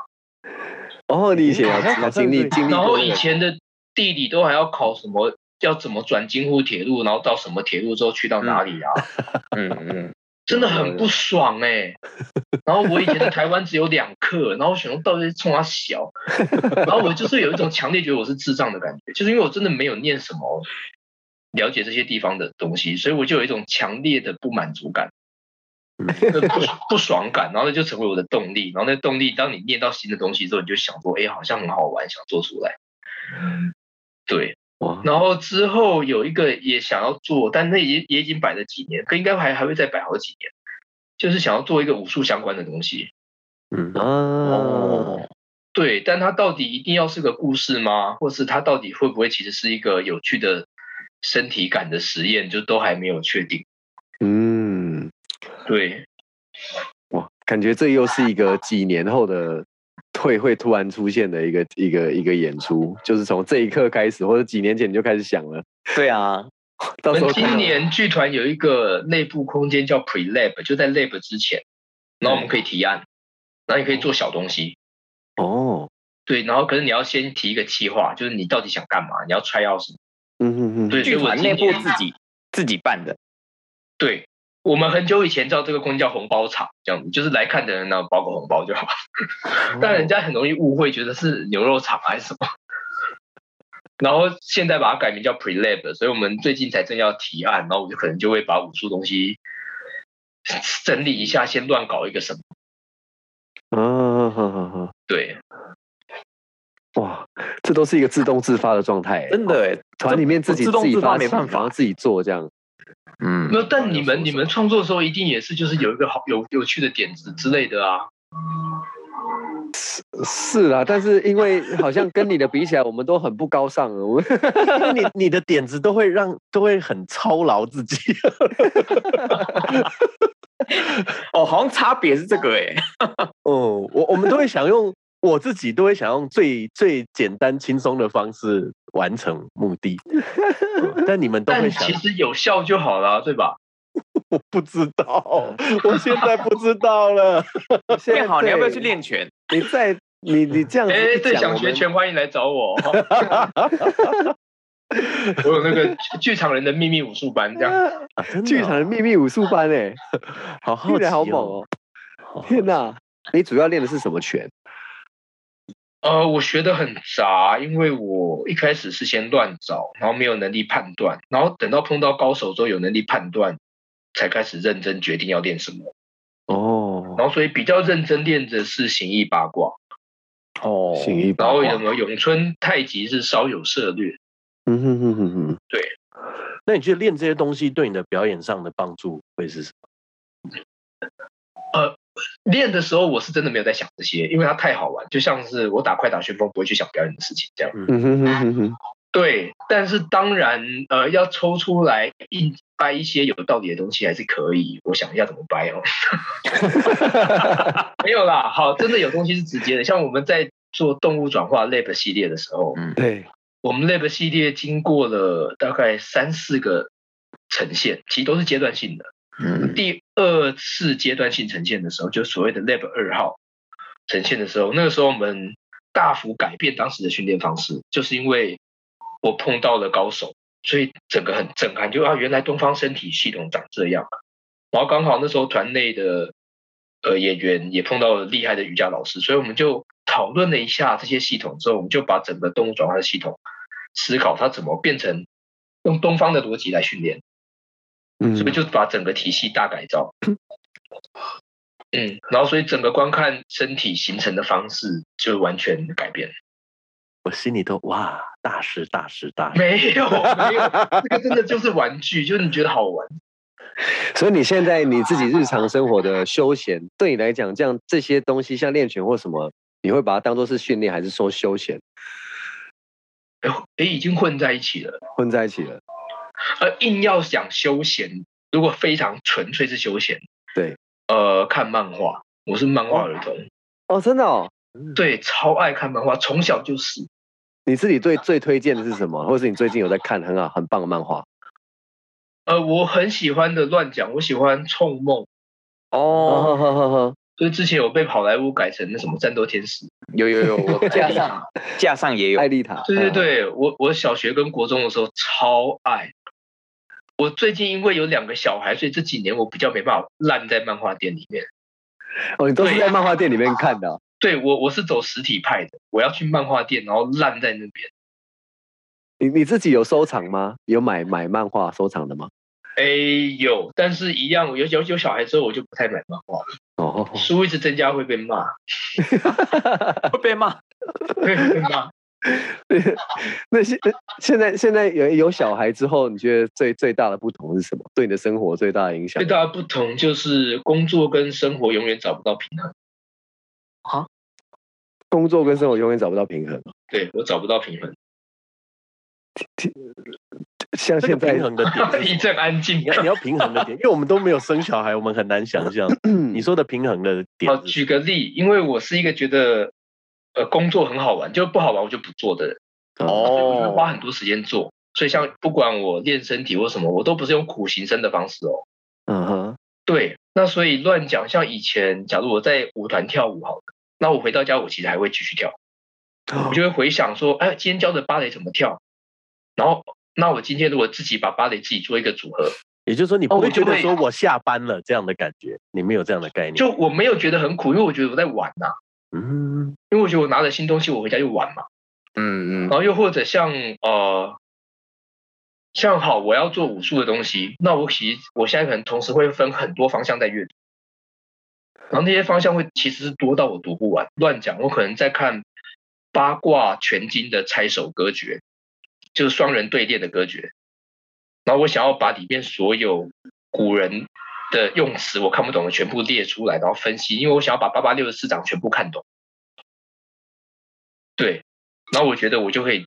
哦，你以前
好像
要
好像
经历
对
经历
然
过
后
那
以
个，
前的地理都还要考什么，要怎么转京沪铁路，然后到什么铁路之后去到哪里啊，
嗯嗯，
真的很不爽哎、然后我以前的台湾只有两课，然后我想说到底是冲他小，然后我就是有一种强烈觉得我是智障的感觉，就是因为我真的没有念什么了解这些地方的东西，所以我就有一种强烈的不满足感。呃不不爽感，然后那就成为我的动力，然后那动力，当你念到新的东西之后，你就想说，哎，好像很好玩，想做出来。对，
哇，
然后之后有一个也想要做，但那也也已经摆了几年，应该还还会再摆好几年，就是想要做一个武术相关的东西。
嗯，
啊哦，
对，但它到底一定要是个故事吗？或是它到底会不会其实是一个有趣的身体感的实验，就都还没有确定。
嗯，
对，
哇，感觉这又是一个几年后的会会突然出现的一个一个一个演出，就是从这一刻开始，或者几年前你就开始想了，
对啊，
到
我
时候
们
看到
今年剧团有一个内部空间叫 Pre Lab，就在 Lab 之前，然后我们可以提案，然后你可以做小东西。
哦，
对，然后可是你要先提一个计划，就是你到底想干嘛，你要 try out 什么。
嗯哼哼，
对，所以
剧
我
团
今
内部
年
自己自己办的，
对，我们很久以前叫这个空间叫红包场，这样子就是来看的人呢包个红包就好。 但人家很容易误会，觉得是牛肉场还是什么。 然后现在把它改名叫 Pre Lab，所以我们最近才正要提案，然后我就可能就会把武术东西 整理一下，先乱搞一个什么。
啊，好好好，
对，
哇，这都是一个自动自发的状态，
真的哎，
团里面自己
自动
己
自发
发
没
起
办
然后
法，
自己做这样，
嗯
没有，但
要
你
说
们你
什
们创作的时候一定也是就是有一个好有有趣的点子之类的啊。
是啦，但是因为好像跟你的比起来，我们都很不高尚，啊我 们
因为你你的点子都会让都会很操劳自己。
哦，好像差别是这个 哎，
哦，我我们都会想用我自己都会想用最最简单轻松的方式完成目的，嗯但你们都
但
会想
其，实有效就好了，啊对吧？
我不知道，我现在不知道 了。
现在
变好，你要不要
对
去？练拳？
你再你你这样子
哎，
一
对，
讲，
想
我
学
们啊
拳欢迎来 找我。我有那个剧剧场人的秘密武术班，这样。
啊真的
剧
哦
场的秘密武术班哎、
好
听
好
起
奇
来好猛
哦
哦！天
哪！
哪，你主要练的是什么拳？
呃，我学的很杂，因为我一开始是先乱找，然后没有能力判断，然后等到碰到高手之后有能力判断，才开始认真决定要练什么。
哦，
然后所以比较认真练的是形意八卦，
哦
形意
然
八
后
卦
有。没有咏春太极是稍有涉略。
嗯哼哼哼哼，
那你觉得练这些东西对你的表演上的帮助会是什么？
练的时候我是真的没有在想这些，因为它太好玩，就像是我打快打旋风不会去想表演的事情这样。
嗯哼哼哼哼，
对，但是当然，呃，要抽出来一掰一些有道理的东西还是可以。我想一下怎么掰哦。 没有啦，好，真的有东西是直接的，像我们在做动物转化 lab 系列的时候，
嗯
对，
我们 Lab 系列经过了大概三四个呈现，其实都是阶段性的。
嗯，
第二次阶段性呈现的时候，就所谓的 Lab 二号呈现的时候，那个时候我们大幅改变当时的训练方式，就是因为我碰到了高手，所以整个很震撼，就啊，原来东方身体系统长这样。然后刚好那时候团内的呃演员也碰到了厉害的瑜伽老师，所以我们就讨论了一下这些系统之后，我们就把整个动物转化的系统思考它怎么变成用东方的逻辑来训练。
嗯
所以就把整个体系大改造。嗯，然后所以整个观看身体形成的方式就完全改变。
我心里都哇，大师大师大师，
没有，没有，这个真的就是玩具，就是你觉得好玩。
所以你现在你自己日常生活的休闲，对你来讲，这样这些东西像练拳或什么，你会把它当做是训练，还是说休闲
哎，哎已经混在一起了。
混在一起了？
而硬要想休闲，如果非常纯粹是休闲，
对，
呃，看漫画，我是漫画儿童，
哦，真的哦。
对，超爱看漫画，从小就是。
你自己最最推荐的是什么，或是你最近有在看很好很棒的漫画？
呃，我很喜欢的乱讲，我喜欢《冲梦》，
哦，
哦，呵呵呵
就是之前有被好莱坞改成那什么战斗天使。
有有有， 我架上哎架上也有
艾，丽塔，
对对
嗯，
对，我我小学跟国中的时候超爱。我最近因为有两个小孩，所以这几年我比较没办法烂在漫画店里面。
哦，你都是在漫画店里面看的哦、
对我我是走实体派的，我要去漫画店，然后烂在那边。
你你自己有收藏吗？有买买漫画收藏的吗？
哎，有，但是一样，有有有小孩之后，我就不太买漫画了，
哦，
书一直增加会被骂，
会被骂。
会被骂。
那现呃现在现在有有小孩之后，你觉得最最大的不同是什么？对你的生活最大的影响
最？大的不同就是工作跟生活永远找不到平衡。
工作跟生活永远找不到平衡。
对我找不到平衡，
像
这
现
个
在
平衡的点是什
一
么，
阵安静
你。要你要平衡的点，因为我们都没有生小孩，我们很难想象你说的平衡的点
好，
是什
举个例，因为我是一个觉得呃工作很好玩，就不好玩我就不做的人，所以我就会花
哦，
很多时间做。所以像不管我练身体或什么，我都不是用苦行僧的方式哦。
嗯哼，
对，那所以乱讲，像以前假如我在舞团跳舞好了，那我回到家我其实还会继续跳，我就会回想说，哎，今天教的芭蕾怎么跳，然后那我今天如果自己把芭蕾自己做一个组合，
么也就是说，你不
哦我
会
就
觉得
会
说我下班了这样的感觉，你没有这样的概念。
就我没有觉得很苦，因为我觉得我在玩呐、
嗯，
因为我觉得我拿了新东西，我回家就玩嘛。
嗯嗯，
然后又或者像呃，像好，我要做武术的东西，那我其实我现在可能同时会分很多方向在阅读，然后那些方向会其实是多到我读不完，乱讲，我可能在看八卦拳经的拆手隔绝，就是双人对练的隔绝，然后我想要把里面所有古人。的用词我看不懂的全部列出来，然后分析，因为我想要把八八六十四掌全部看懂。对，然后我觉得我就可以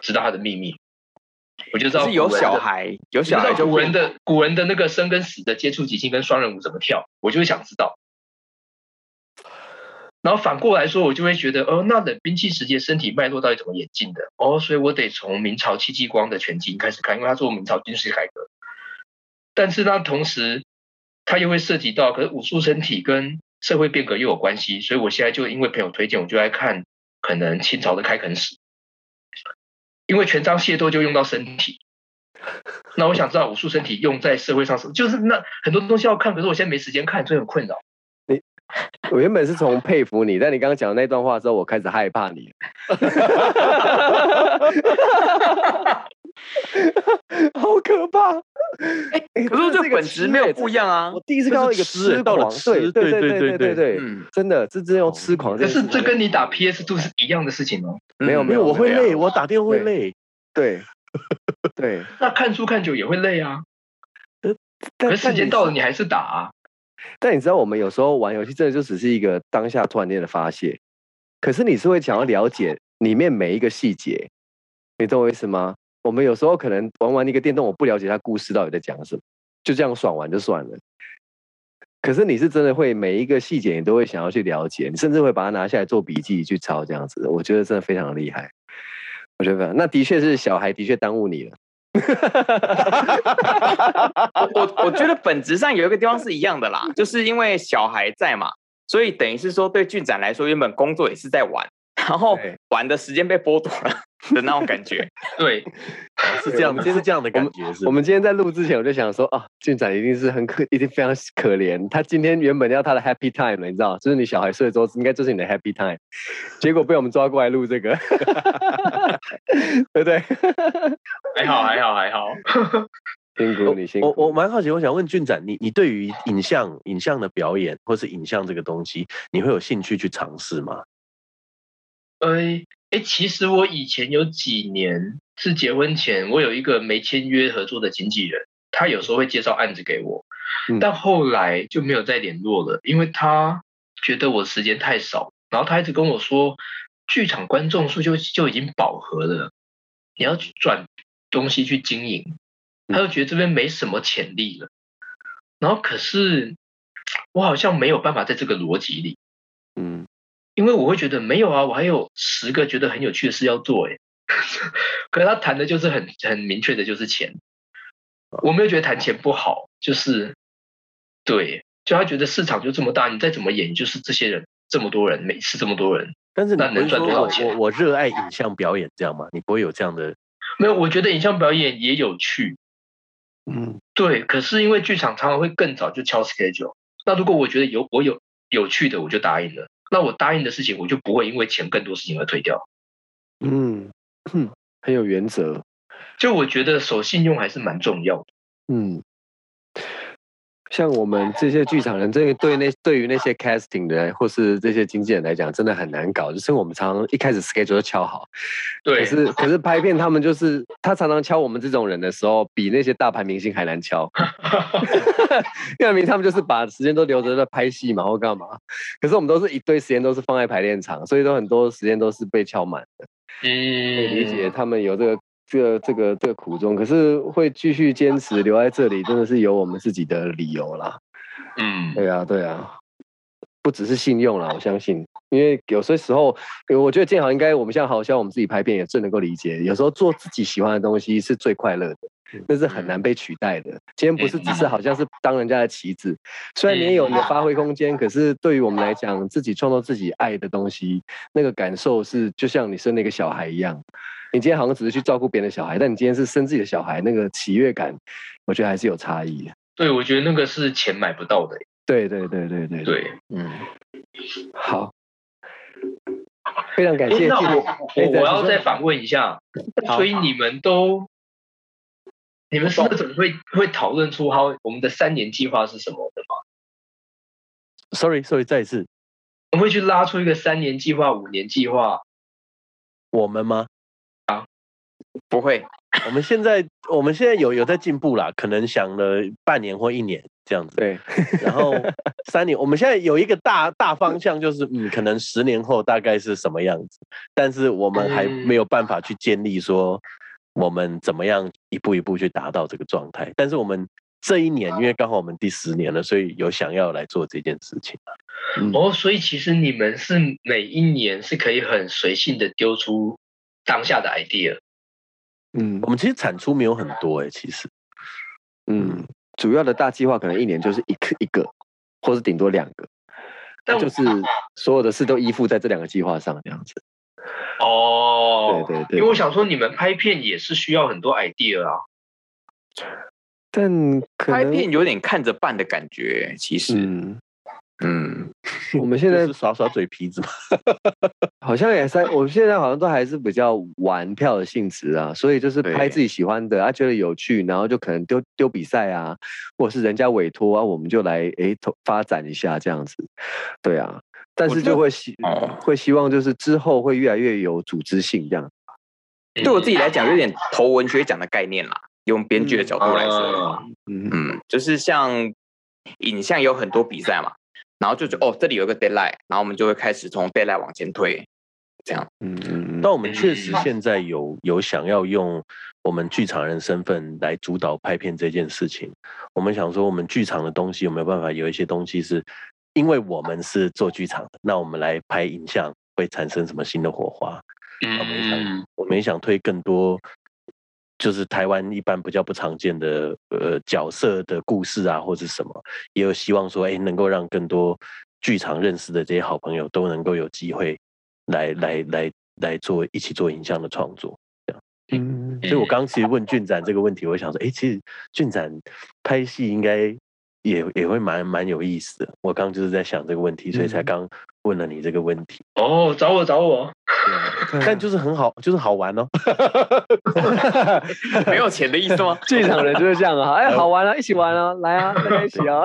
知道他的秘密，我就知
只
道
是有
古人的
小，孩，有
我知
小孩
道
就
古
会
人的古人的那个生跟死的接触即兴跟双人舞怎么跳，我就会想知道。然后反过来说，我就会觉得，哦，那冷兵器时节身体脉络到底怎么演进的？哦，所以我得从明朝戚继光的拳击开始看，因为他做明朝军事改革。但是呢，同时它又会涉及到，可是武术身体跟社会变革又有关系，所以我现在就因为朋友推荐，我就来看可能清朝的开垦史，因为权章械斗就用到身体。那我想知道武术身体用在社会上什么，就是那很多东西要看，可是我现在没时间看，所以很困扰。
我原本是从佩服你，但你刚刚讲的那段话之后，我开始害怕你了。 好可怕！哎
可是这
个
本质没有不一样啊
我。第一次看到一个
这是吃
吃
哎到了
狂
吃
对对对
对对
对
对
对，
嗯
真的，这真用痴狂
可
件事
是
情。
这跟你打 PS Two 是一样的事情哦。
嗯
没有
没有，我会
没
累，
有
我打电话会累。
对对，
那看书看久也会累啊，
但
可是时间
但
到了你还是打啊。
但你知道，我们有时候玩游戏真的就只是一个当下突然间的发泄，可是你是会想要了解里面每一个细节，你懂我意思吗？我们有时候可能玩完一个电动，我不了解它故事到底在讲什么，就这样爽玩就算了。可是你是真的会每一个细节，你都会想要去了解，你甚至会把它拿下来做笔记去抄这样子的。我觉得真的非常厉害。我觉得非常那的确是小孩的确耽误你了。
我我我觉得本质上有一个地方是一样的啦，就是因为小孩在嘛，所以等于是说对俊展来说，原本工作也是在玩，然后
对
玩的时间被剥夺了的那种感 觉。
对，
是这样的，是这样的感觉，是
我们今天在录之前，我就想说啊，俊展一定是很可，一定非常可怜。他今天原本要他的 happy time 了，你知道，就是你小孩睡之后，应该就是你的 happy time，结果被我们抓过来录这个， 对不对？
还好还好还好。
辛苦你，辛苦
我我蛮好奇，我想问俊展，你你对于影像影像的表演或是影像这个东西，你会有兴趣去尝试吗？
呃，哎，其实我以前有几年是结婚前，我有一个没签约合作的经纪人，他有时候会介绍案子给我，
嗯
但后来就没有再联络了，因为他觉得我时间太少，然后他一直跟我说，剧场观众数就就已经饱和了，你要去转东西去经营，他就觉得这边没什么潜力了，然后可是我好像没有办法在这个逻辑里。
嗯，
因为我会觉得没有啊，我还有十个觉得很有趣的事要做诶。 可是他谈的就是很很明确的，就是钱。我没有觉得谈钱不好，就是对，就他觉得市场就这么大，你再怎么演就是这些人，这么多人，每次这么多人。
但是你
那
不
能
是说
赚多少
我
钱
我我热爱影像表演这样吗？你不会有这样的
没有，我觉得影像表演也有趣，
嗯，
对。可是因为剧场常常会更早就敲 schedule，那如果我觉得有我有有趣的，我就答应了。那我答应的事情，我就不会因为钱更多事情而推掉。
嗯，很有原则。
就我觉得守信用还是蛮重要的。
嗯，像我们这些剧场人，这个对那对于那些 casting 的或是这些经纪人来讲，真的很难搞。就是我们常常一开始 schedule 就敲好，
对，嗯
可 是可是拍片他们就是他常常敲我们这种人的时候，比那些大牌明星还难敲。 因为明他们就是把时间都留着在拍戏嘛，或干嘛。可是我们都是一堆时间都是放在排练场，所以都很多时间都是被敲满。可以
嗯，
理解他们有这个这个这个这个苦衷，可是会继续坚持留在这里，真的是有我们自己的理由啦。
嗯，
对啊，对啊，不只是信用啦，我相信，因为有些时候，呃我觉得建豪应该，我们像好像我们自己拍片也最能够理解，有时候做自己喜欢的东西是最快乐的。那是很难被取代的。今天不是只是好像是当人家的棋子，虽然你也有你的发挥空间，可是对于我们来讲，自己创造自己爱的东西，那个感受是就像你生了一个小孩一样。你今天好像只是去照顾别人的小孩，但你今天是生自己的小孩，那个喜悦感，我觉得还是有差异的。
对，我觉得那个是钱买不到的。
对对对对对，
对，
嗯，好，非常感
诶
谢
那
静
我
茹。哎
我我要再反问一下，所以你们都，你们是那种会会讨论出好我们的三年计划是什么的吗？
？Sorry Sorry，再一次，
我们会去拉出一个三年计划、五年计划？
我们吗？
不会，
我们现在我们现在有有在进步啦，可能想了半年或一年这样子，
对，
然 后三年，我们现在有一个大大方向，就是嗯，可能十年后大概是什么样子，但是我们还
嗯
没有办法去建立说我们怎么样一步一步去达到这个状态，但是我们。这一年，因为刚好我们第十年了，所以有想要来做这件事情。
嗯
哦，所以其实你们是每一年是可以很随性的丢出当下的 idea。
嗯
我们其实产出没有很多哎、其实
嗯，主要的大计划可能一年就是一个一个，或是顶多两个。那
但我
就是所有的事都依附在这两个计划上，这样子。
哦，
对对
因为
对。
我想说你们拍片也是需要很多 idea 啊。
但可
拍
能
片有点看着办的感觉，其实，
嗯，
嗯，
我们现
就
在
是耍耍嘴皮子嘛。
好像也在，我们现在好像都还是比较玩票的性质啊，所以就是拍
对
自己喜欢的，啊觉得有趣，然后就可能丢丢比赛啊，或者是人家委托啊，我们就来诶投发展一下这样子。对啊，但
我
是
觉
就
得
会希
哦
会希望就是之后会越来越有组织性这样。
嗯
对我自己来讲，有点投文学奖的概念啦。用编剧的角度来说的
啊
话，
嗯
嗯，就是像影像有很多比赛嘛，然后就
嗯
觉得哦，这里有一个 deadline，然后我们就会开始从 deadline 往前推， 这样。
嗯嗯
但我们确实
嗯
现在有有想要用我们剧场人身份来主导拍片这件事情。我们想说，我们剧场的东西有没有办法有一些东西是，因为我们是做剧场的，那我们来拍影像会产生什么新的火花？我们也想
嗯，
我们也想推更多，就是台湾一般比较不常见的呃角色的故事啊，或者什么，也有希望说，哎，能够让更多剧场认识的这些好朋友都能够有机会来来来来做一起做影像的创作。
嗯，
所以我刚刚其实问俊展这个问题，我想说，哎，其实俊展拍戏应该也也会蛮蛮有意思的。我刚刚就是在想这个问题，所以才
嗯
刚问了你这个问题。
哦，找我找我，
对啊但就是很好，就是好玩哦。
没有钱的意思吗？
剧场人就是这样啊，哎，好玩啊，一起玩啊，来啊，大家一起啊，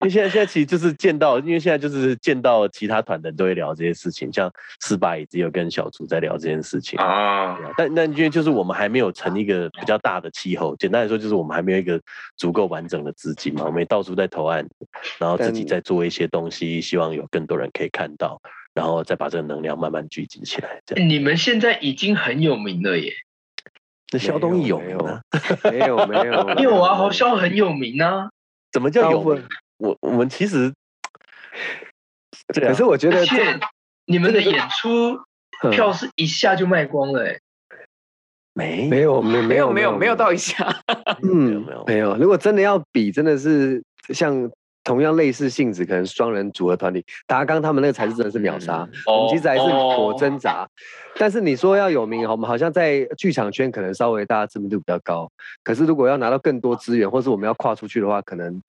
因为现在现在其实就是见到，因为现在就是见到其他团的人都会聊这些事情，像四八也只有跟小竹在聊这件事情。
啊
对，啊但但因为就是我们还没有成一个比较大的气候，简单来说就是我们还没有一个足够完整的资金嘛，我们也到处在投案，然后自己
但
在做一些东西，希望有更多人可以看到，然后再把这个能量慢慢聚集起来。这样，
你们现在已经很有名了耶，
那肖东义有
没
名
有
吗？
没有 没有没
有啊，侯潇很有名啊，
怎么叫
大
有
部分
名？我我们其实，对啊
可是我觉
而
得这
且你们的演出
嗯
票是一下就卖光了耶，
没
没有 没嗯没
没有
有
没有没有到一下，
没有
嗯
没有
没有，如果真的要比，真的是像同样类似性质，可能双人组合团体，达刚他们那个才是真的是秒杀。
嗯
我
哦
们其实还是
哦
颇挣扎。但是你说要有名，我们好像在剧场圈可能稍微大家知名度比较高。可是如果要拿到更多资源，或是我们要跨出去的话，可能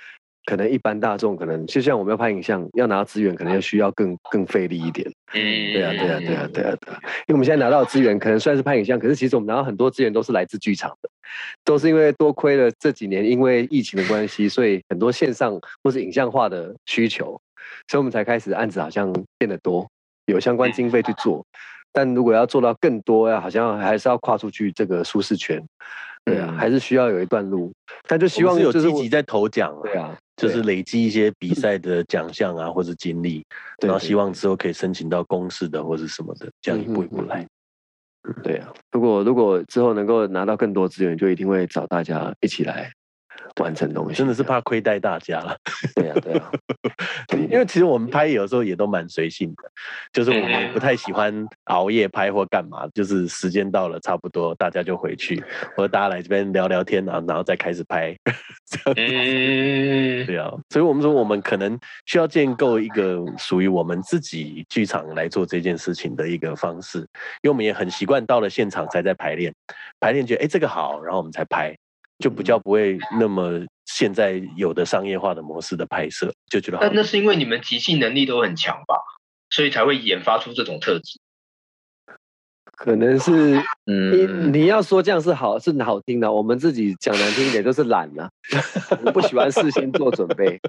可能一般大众可能就像我们要拍影像，要拿到资源，可能要需要更更费力一点。
嗯，
对啊，对啊，对啊，对啊，对啊！因为我们现在拿到的资源，可能虽然是拍影像，可是其实我们拿到很多资源都是来自剧场的，都是因为多亏了这几年因为疫情的关系，所以很多线上或是影像化的需求，所以我们才开始案子好像变得多，有相关经费去做。但如果要做到更多，要好像还是要跨出去这个舒适圈，对啊，
嗯
还是需要有一段路。但就希
我
望
们
就是
有积
我
极在投奖啊
对啊，
就是
对
累积一些比赛的奖项啊，或者经历，
对
然后
对
希望之后可以申请到公式的或者什么的，这
嗯
样一步一步来。
对啊，如果如果之后能够拿到更多资源，就一定会找大家一起来完成东
我
西。
真的是怕亏待大 家了，
对啊，对啊，
因为其实我们拍有时候也都蛮随性的，就是我们也
嗯
不太喜欢熬夜拍或干嘛，就是时间到了差不多大家就回去，或者大家来这边聊聊天啊，然后再开始拍，
啊
这样
嗯，
对啊，所以我们说我们可能需要建构一个属于我们自己剧场来做这件事情的一个方式，因为我们也很习惯到了现场才在排练，排练觉得哎这个好，然后我们才拍，就比较不会那么现在有的商业化的模式的拍摄，就觉得好
但那是因为你们即兴能力都很强吧，所以才会研发出这种特质。
可能 是你
嗯，
你要说这样是好是好听的，我们自己讲难听一点就是懒啊，我们不喜欢事先做准备，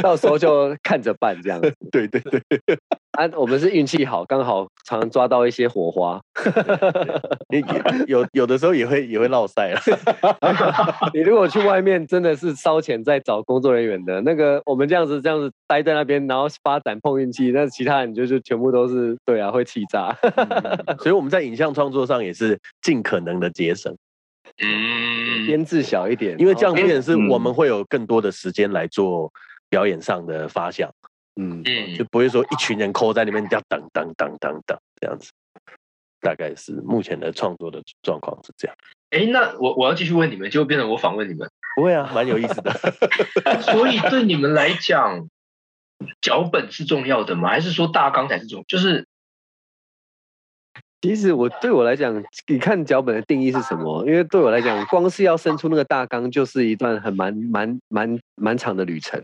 到时候就看着办这样子。
对对对，
啊，我们是运气好，刚好常抓到一些火花。
也也有有的时候也会也会落赛了，
你如果去外面真的是烧钱在找工作人员的那个，我们这样子这样子待在那边，然后发展碰运气，那其他人就就全部都是对啊，会气炸。
所以我们在影像创作上也是尽可能的节省。
嗯，
编制小一点，
因为这
然
样
后
变成是
嗯
我们会有更多的时间来做表演上的发想，
嗯，
嗯
就不会说一群人抠在那边要等等等等等这样子。大概是目前的创作的状况是这样，
哎，那我我要继续问你们，就变成我访问你们。
不会啊，蛮有意思 的。
所以对你们来讲，脚本是重要的吗？还是说大纲才是重？就是
其实我对我来讲，你看脚本的定义是什么？因为对我来讲，光是要生出那个大纲，就是一段很蛮蛮蛮蛮长的旅程。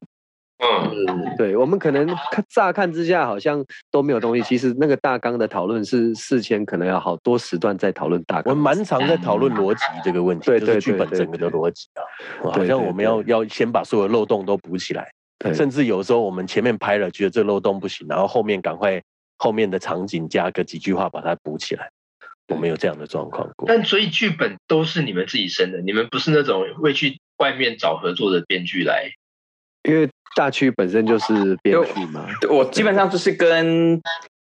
嗯
对我们可能看乍看之下好像都没有东西，其实那个大纲的讨论是事前可能要好多时段在讨论大
我
纲。
们蛮常在讨论逻辑这个问题，
对
就
对
是剧
对
本
对
整个的
对
逻辑啊，好
对
像
对
我们
对
要要先把所有漏洞都补起来，
对
甚至有时候我们前面拍了觉得这漏洞不行，然后后面赶快后面的场景加个几句话把它补起来，我们有这样的状况过。
但所以剧本都是你们自己生的，你们不是那种会去外面找合作的编剧来。
因为大区本身就是编剧嘛，
我基本上就是跟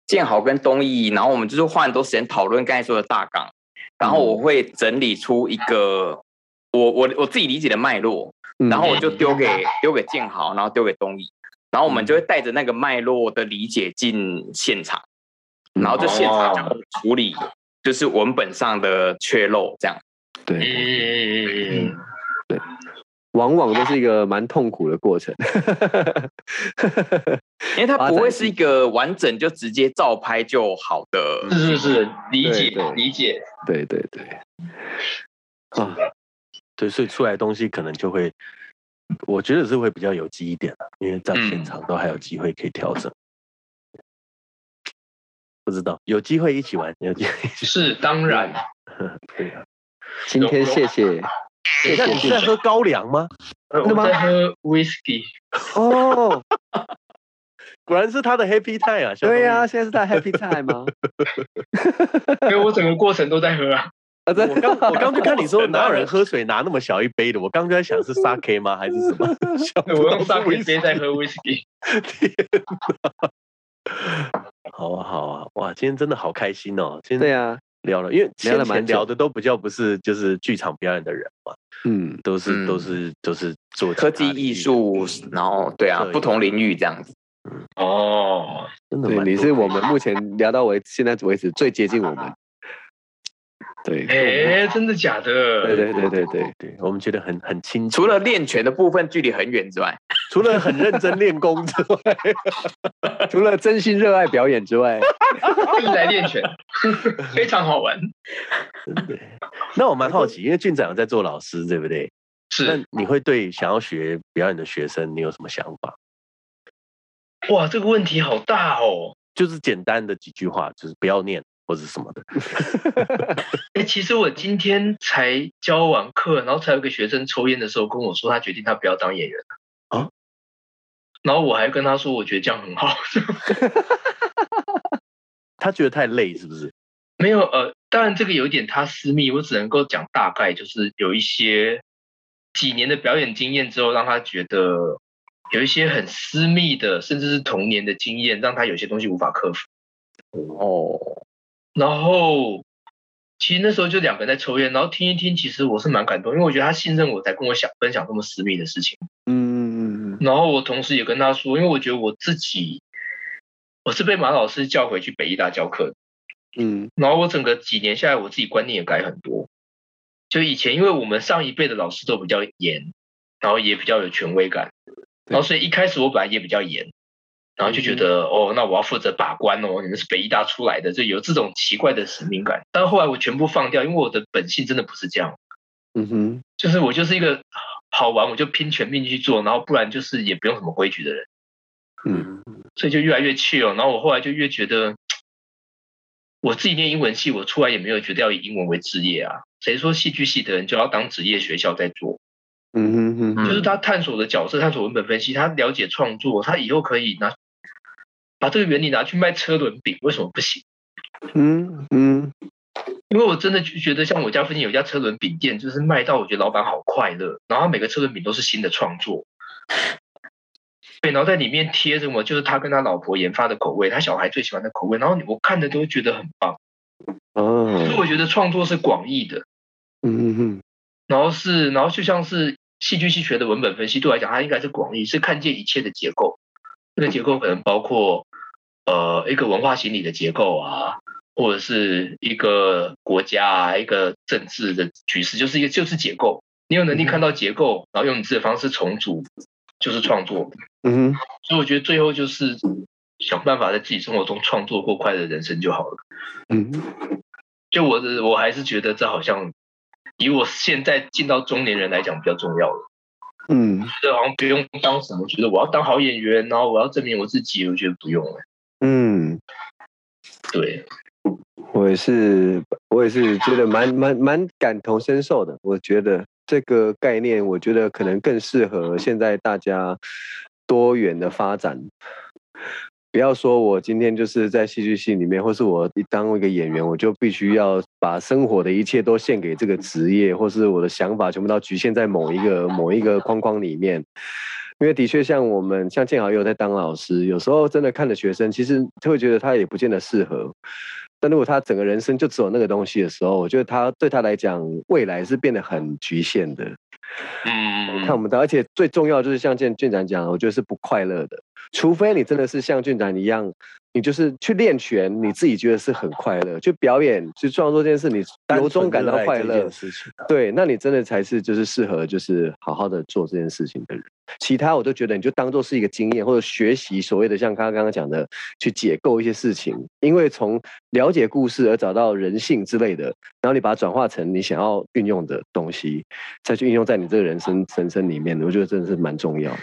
建豪跟东义，然后我们就是花很多时间讨论刚才说的大纲，然后
嗯
我会整理出一个我我我自己理解的脉络，
嗯
然后我就丢给丢给建豪，
嗯
然后丢给东义，然后我们就会带着那个脉络的理解进现场。然后就现场
哦
就处理，就是文本上的缺漏这样。
嗯
对，
嗯嗯嗯
往往都是一个蛮痛苦的过 程。
因为它
发
不
展
会
系
是一个完整就直接照拍就好的
嗯，，是是是，理解
对对
理解，
对对对，啊，
对，所以出来的东西可能就会，我觉得是会比较有记忆点的，因为在现
嗯
场都还有机会可以调整。不知道，有机会一起玩，有机会一起
是当然。
可以啊。
今天谢谢
等一下，你是在喝高粱吗？
呃
真的吗
我在喝 whisky，
哦，
果然是他的 Happy Time 啊！小
对
东
呀、
西
啊，现在是在 Happy Time 啊吗？
因为我整个过程都在喝啊。
啊，真
我刚我刚就看你说哪有
当
人
然
喝水拿那么小一杯的，我刚就在想是 sake 吗还是什 么？想
对
不
我
到
用
是
上
威
直
士
接在
忌
喝 whisky，
好啊好啊，哇，今天真的好开心哦！今
对
天
呀、啊，
聊了，因为
聊了
先前
蛮久
聊的都比较不是就是剧场表演的人嘛，
嗯，
都是都
嗯
是都是做
科
其他
技
领
艺
域的
术，
嗯
然后对啊
对，
不同领域这样子。
哦，
真的
对，
蛮
你
多
是
可以
我们目前聊到为现在为止最接近我们。对，
哎，真的假
对对
的？
对对对，
对我们觉得很很亲切，
除了练拳的部分距离很远之外，
除了很认真练功之外，
除了真心热爱表演之 外，
一直来练拳， 非常好玩。
真的。那我蛮好奇，因为俊长有在做老师，对不对？那
是
你会对想要学表演的学生，你有什么想法？
哇，这个问题好大哦。
就是简单的几句话，就是不要念或者什么的。
哎，其实我今天才教完课，然后才有个学生抽烟的时候跟我说，他决定他不要当演员了
啊。
然后我还跟他说，我觉得这样很好。
他觉得太累，是不是？
没有，呃，当然这个有点他私密，我只能够讲大概，就是有一些几年的表演经验之后，让他觉得有一些很私密的，甚至是童年的经验，让他有些东西无法克服。
哦，
然后其实那时候就两个人在抽烟，然后听一听，其实我是蛮感动，因为我觉得他信任我，才跟我想分享这么私密的事情。
嗯，嗯嗯嗯
然后我同时也跟他说，因为我觉得我自己，我是被马老师叫回去北医大教课的
嗯，
然后我整个几年下来，我自己观念也改很多。就以前，因为我们上一辈的老师都比较严，然后也比较有权威感，然后所以一开始我本来也比较严，然后就觉得、哦，那我要负责把关哦，你们是北医大出来的，就有这种奇怪的使命感。但后来我全部放掉，因为我的本性真的不是这样，
嗯哼，
就是我就是一个好玩我就拼全命去做，然后不然就是也不用什么规矩的人。
嗯，
所以就越来越气哦。然后我后来就越觉得，我自己念英文系，我出来也没有觉得要以英文为职业啊。谁说戏剧系的人就要当职业学校在做？
嗯哼嗯哼，
就是
嗯
他探索的角色，探索文本分析，他了解创作，他以后可以拿把这个原理拿去卖车轮饼，为什么不行？
嗯嗯，
因为我真的就觉得，像我家附近有一家车轮饼店，就是卖到我觉得老板好快乐，然后他每个车轮饼都是新的创作，对，然后在里面贴什么，就是他跟他老婆研发的口味，他小孩最喜欢的口味，然后我看的都觉得很棒，
哦
所以，我觉得创作是广义的，
嗯哼
然后是，然后就像是戏剧系学的文本分析，对我来讲，它应该是广义，是看见一切的结构。这个结构可能包括呃一个文化心理的结构啊，或者是一个国家啊，一个政治的局势，就是一个就是结构。你有能力看到结构，然后用你自己的方式重组，就是创作。
嗯哼，
所以我觉得最后就是想办法在自己生活中创作过快乐的人生就好了。
嗯哼，
就我的，我还是觉得这好像以我现在进到中年人来讲比较重要了。
嗯
觉得好像不用当什么，觉得我要当好演员，然后我要证明我自己，我觉得不用了。
嗯，
对，
我也是，我也是觉得蛮蛮蛮感同身受的。我觉得这个概念，我觉得可能更适合现在大家多元的发展。不要说我今天就是在戏剧系里面，或是我当一个演员，我就必须要把生活的一切都献给这个职业，或是我的想法全部都局限在某一个某一个框框里面。因为的确，像我们像建豪也有在当老师，有时候真的看着学生，其实就会觉得他也不见得适合。但如果他整个人生就只有那个东西的时候，我觉得他对他来讲，未来是变得很局限的。
嗯
看我们到，而且最重要就是像俊俊展讲的，我觉得是不快乐的。除非你真的是像俊展一样，你就是去练拳，你自己觉得是很快乐；去表演、去创作这件事，你由衷感到快乐。
事情啊，
对，那你真的才是就是适合就是好好的做这件事情的人。其他我都觉得你就当做是一个经验，或者学习所谓的像刚刚刚讲的去解构一些事情，因为从了解故事而找到人性之类的，然后你把它转化成你想要运用的东西，再去运用在你这个人生人生里面，我觉得真的是蛮重要的。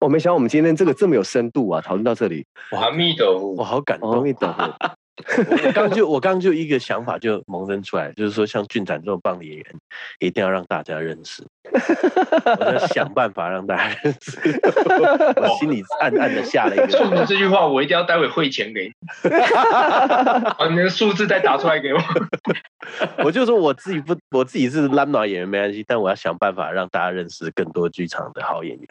我、没想到我们今天这个这么有深度啊，讨论到这里，
阿弥陀佛
我，好感动
哦，。一懂 了，
我 刚就我刚就一个想法就萌生出来，就是说像俊展这种棒的演员，一定要让大家认识。我在想办法让大家认识，我心里暗暗的下了一
冲着
个。
这句话，我一定要待会汇钱给你，啊把你的数字再打出来给我。
我就说我自己不，我自己是烂脑演员没关系，但我要想办法让大家认识更多剧场的好演员，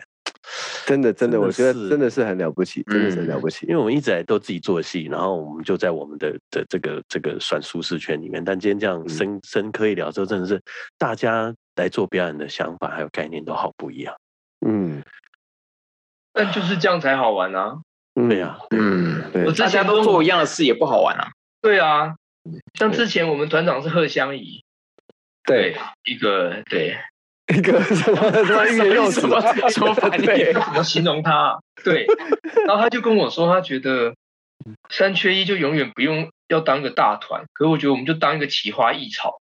真的真的，
真的
我觉得
是
真的是嗯很了不起，真的是很了不起
因。为我们一直以来都自己做戏，然后我们就在我们的的这个这个算舒适圈里面。但今天
嗯
这样深深刻一聊之后，真的是大家来做表演的想法还有概念都好不一样。
嗯，
但就是这样才好玩啊！
嗯
对呀、
嗯，
对
我之
大家
前
都做一样的事也不好玩 啊。
对啊，像之前我们团长是贺香怡，
对，，
一个对，
一个什么 什么欲言又止
什么什 么什么反应
对
要怎么形容他、啊？对，然后他就跟我说，他觉得三缺一就永远不用要当个大团，可是我觉得我们就当一个奇花异草，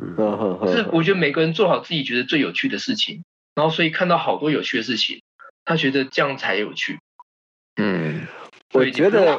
嗯哼哼
就是我觉得每个人做好自己觉得最有趣的事情，然后所以看到好多有趣的事情，他觉得这样才有趣。
嗯，
我
所以你
觉
不用
得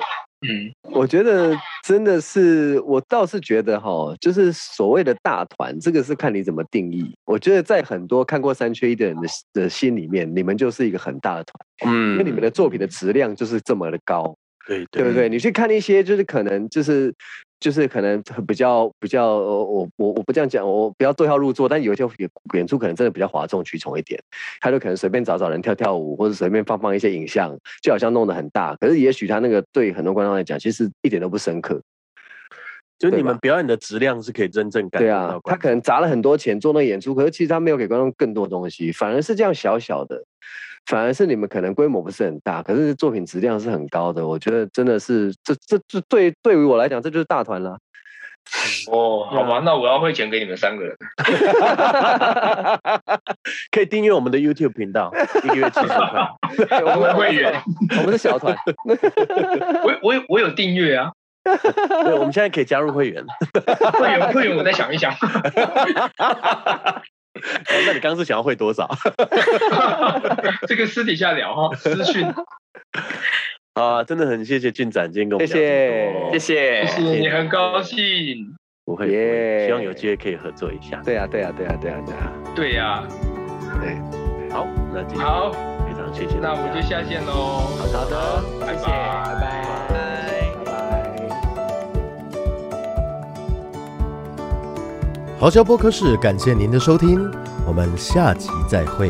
嗯，
我觉得真的是，我倒是觉得哈，就是所谓的大团，这个是看你怎么定义。我觉得在很多看过三缺一的人的的心里面，你们就是一个很大的团，因
嗯
为你们的作品的质量就是这么的高，
对
对不对？你去看一些就是可能就是。就是可能比较比较，呃我我我不这样讲，我不要对号入座，但有一些演演出可能真的比较哗众取宠一点，他就可能随便找找人跳跳舞，或者随便放放一些影像，就好像弄得很大，可是也许他那个对很多观众来讲，其实一点都不深刻。
就是你
对吧
们表演的质量是可以真正感
对
受
啊他
到，观众。
可能砸了很多钱做那个演出，可是其实他没有给观众更多东西，反而是这样小小的，反而是你们可能规模不是很大，可是作品质量是很高的。我觉得真的是这这这对对于我来讲，这就是大团了。
哦，好吧，那我要汇钱给你们三个人。
可以订阅我们的 YouTube 频道，一个月七 十块。
我
们会员，
我们是小团，
我我有我有订阅 啊，
对，我们现在可以加入会员。 哦
会员会员，我再想一想。
那你刚刚是想要会多少？
这个私底下聊哈，私讯。
啊，真的很谢谢俊展今天跟我们
谢
聊这
谢
嗯谢哎
么多
谢
谢。谢你，
谢
很高兴。
不会不会，
耶
希望有机会可以合作一下。
对啊，对啊，对啊，对啊，对啊，
对呀、
好，那今天
好，
非常谢谢大
那
家。
我们就下线喽。
好的，
拜
谢谢
拜。
拜拜。
拜拜。
豪销播客室感谢您的收听，我们下集再会。